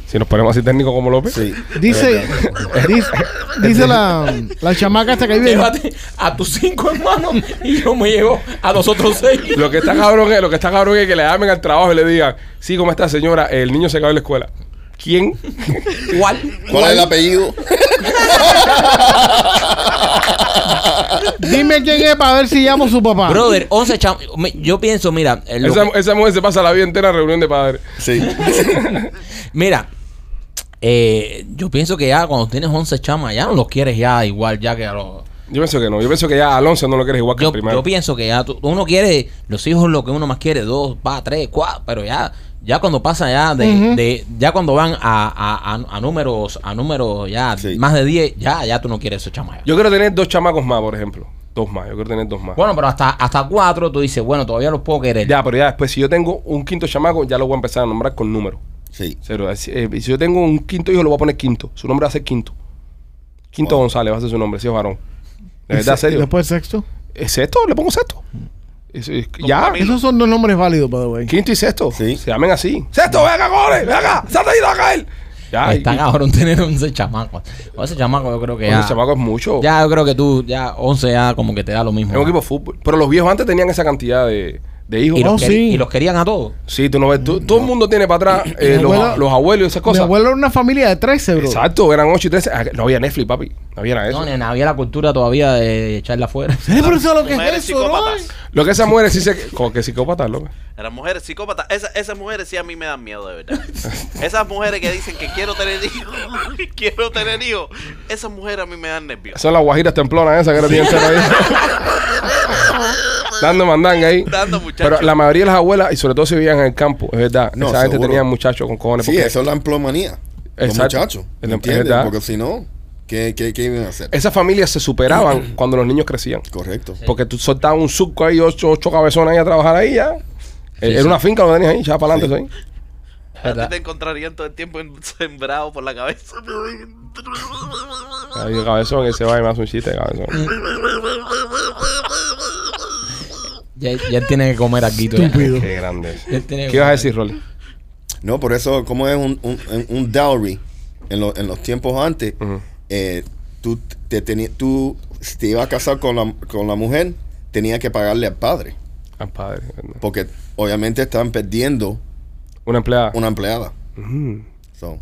si nos ponemos así técnicos como López. Sí. Dice, dice, dice la, la chamaca hasta que vive. Llévate a tus cinco hermanos y yo me llevo a los otros seis. Lo que está cabrón es, lo que está cabrón es que le llamen al trabajo y le digan, sí, ¿cómo está señora? El niño se acabó en la escuela. ¿Quién? ¿Cuál? ¿Cuál es el apellido? Dime quién es para ver si llamo a su papá. Brother, 11 chamacos. Yo pienso, mira. eh, lo Esa, que- esa mujer se pasa la vida entera en reunión de padres. Sí. Mira, eh, yo pienso que ya cuando tienes 11 chamas, ya no los quieres ya igual, ya que a los... Yo pienso que no. Yo pienso que ya Alonso no lo quieres igual que Yo, el primero. yo pienso que ya tú- uno quiere, los hijos lo que uno más quiere, dos, va, tres, cuatro, pero ya, ya cuando pasa ya de, de- ya cuando van a, a- a- a números, a números ya Sí. más de 10, ya, ya tú no quieres esos chamas. ya. Yo quiero tener dos chamacos más, por ejemplo. Dos más. Yo quiero tener dos más. Bueno, pero hasta, hasta cuatro tú dices, bueno, todavía los puedo querer. Ya, pero ya después, si yo tengo un quinto chamaco, ya lo voy a empezar a nombrar con número. Sí. Cero. Así, eh, si yo tengo un quinto hijo, lo voy a poner quinto. Su nombre va a ser quinto. Quinto González va a ser su nombre, si es varón. De verdad, Y serio. Después sexto. ¿Es sexto? Le pongo sexto. Es- es- ya. Camilo. Esos son dos nombres válidos, by the way. Quinto y sexto. Sí. Se llamen así. Sexto, ven acá, cojones, ven acá. Salte ahí, saca él. Ya. y- Están ahora tener 11 chamacos. 11 chamacos yo creo que Once ya... chamacos es mucho. Ya yo creo que tú, ya 11 ya como que te da lo mismo. Es un equipo de fútbol. Pero los viejos antes tenían esa cantidad de, de hijos. y, los Oh, quer- sí. y los querían a todos. Sí, tú no ves. tú- todo el mundo tiene para atrás eh, Mi los, abuelo- los abuelos y esas Mi cosas. abuelo era una familia de 13, bro. Exacto, eran 8 y 13. Ah, No había Netflix, papi. No había nada de eso. No, ni había la cultura todavía de echarla afuera. ¿Sabes por Eh, eso lo que Mujeres es eso, bro? psicópatas. Lo que esas mujeres sí se. Como que psicópatas, loco. Eran mujeres psicópatas. Esa- esas mujeres sí a mí me dan miedo, de verdad. Esas mujeres que dicen que quiero tener hijos, quiero tener hijos. Esas mujeres a mí me dan nervios. Son las guajiras templonas esas que ahora tienen cero ahí. Dando mandanga ahí. Dando muchachos. Pero la mayoría de las abuelas, y sobre todo si vivían en el campo, es verdad. No, esa gente seguro. tenía muchachos con cojones. Sí, porque eso es la emplomanía. Los Exacto. muchachos. Es ¿me la- es ¿Entiendes? verdad. Porque si no, ¿qué, qué, qué iban a hacer? Esas familias se superaban cuando los niños crecían. Correcto. Porque tú soltabas un surco ahí, ocho, ocho cabezones ahí a trabajar ahí ya. Eh, Era sí. una finca lo tenías ahí, ya para adelante. eso ahí. A ti te encontrarían todo el tiempo en- sembrado por la cabeza. Ahí, el cabezón, ese va y me hace un chiste, cabezón. Ya, ya él tiene que comer aquí. tú. Estúpido. Qué grande. Ya él tiene que ¿Qué ibas a comer. decir, Rolly? No, por eso, como es un, un, un- un dowry en, lo- en los tiempos antes, eh, tú, te teni- tú, si te ibas a casar con la, con la mujer, tenías que pagarle al padre. Al padre. ¿verdad? Porque obviamente estaban perdiendo Una empleada. una empleada. Ujú. So, Mm.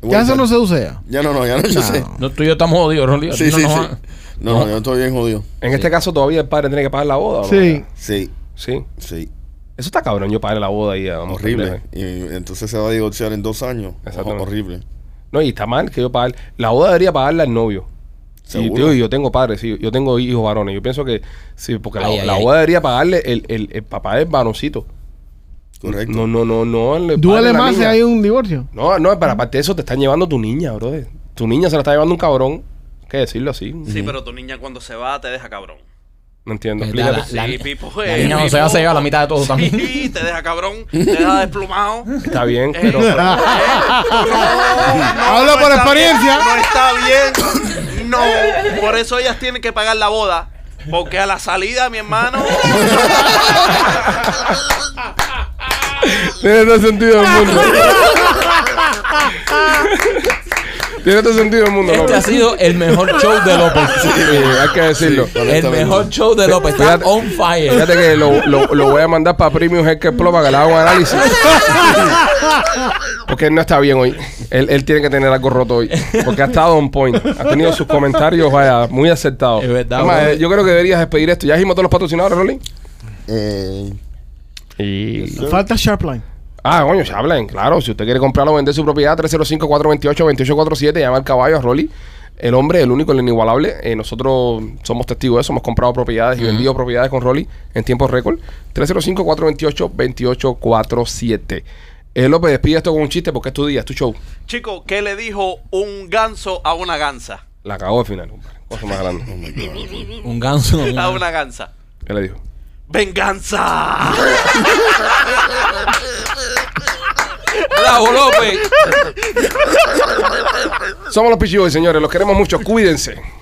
pues, Ya eso no se usa ya. Ya no, no, ya no, yo sé. No, tú y yo estamos jodidos, Rolly. Sí, no, sí, nos sí. va- No, no, yo estoy bien jodido. En este caso todavía el padre tiene que pagar la boda. ¿o no? Sí. Sí, Sí. sí. Eso está cabrón, yo pagué la boda y a Horrible. Y entonces se va a divorciar en dos años. Exactamente. Horrible. No, y está mal que yo pague. La boda debería pagarla el novio. Y Seguro. tío, yo tengo padres, sí, yo tengo hijos varones. Yo pienso que sí, porque la, Ay, ay, la ay. boda debería pagarle el, el, el papá del varoncito. Correcto. No, no, no, no. el padre de Duele la más si niña. hay un divorcio. No, no, para aparte de eso te están llevando tu niña, bro. Tu niña se la está llevando un cabrón. ¿Qué decirlo así? Sí, pero tu niña cuando se va te deja cabrón. No entiendo. Verdad, Explícate. Eh, la- este Sí, Pipo. la eh, niña no se Pipo. va, se lleva la mitad de todo Sí, también. te deja cabrón, te deja desplumado. Está bien, Eh, pero. eh, no, Hablo por está experiencia. bien, no está bien. No, por eso ellas tienen que pagar la boda. Porque a la salida, mi hermano, Tiene todo el sentido del mundo. Tiene todo el sentido del mundo, Este ha López. sido el mejor show de Sí, López. hay que decirlo. El mejor show de López. Está Fíjate- on fire. Fíjate que lo, lo- lo voy a mandar para Premium Healthcare Pro para que le haga un análisis. Porque él no está bien hoy. Él, él tiene que tener algo roto hoy. Porque ha estado on point. Ha tenido sus comentarios, vaya, muy acertados. Es verdad, Además, bro. eh, yo creo que deberías despedir esto. ¿Ya dijimos todos los patrocinadores, Rolly? Eh, Falta Sharpline. Ah, coño, hablan, claro. Si usted quiere comprarlo o vender su propiedad, 305-428-2847, llama al caballo a Rolly. El hombre, el único, el inigualable. Eh, nosotros somos testigos de eso. Hemos comprado propiedades y vendido propiedades con Rolly en tiempo récord. 305-428-2847. Eh, López, despide esto con un chiste porque es tu día, es tu show. chico, ¿qué le dijo un ganso a una gansa? La cagó al final, compadre. Cosa más oh grande. Un ganso. un- A una gansa. ¿Qué le dijo? ¡Venganza! ¡Bravo, López! Somos los Pichiboy, señores. Los queremos mucho. Cuídense.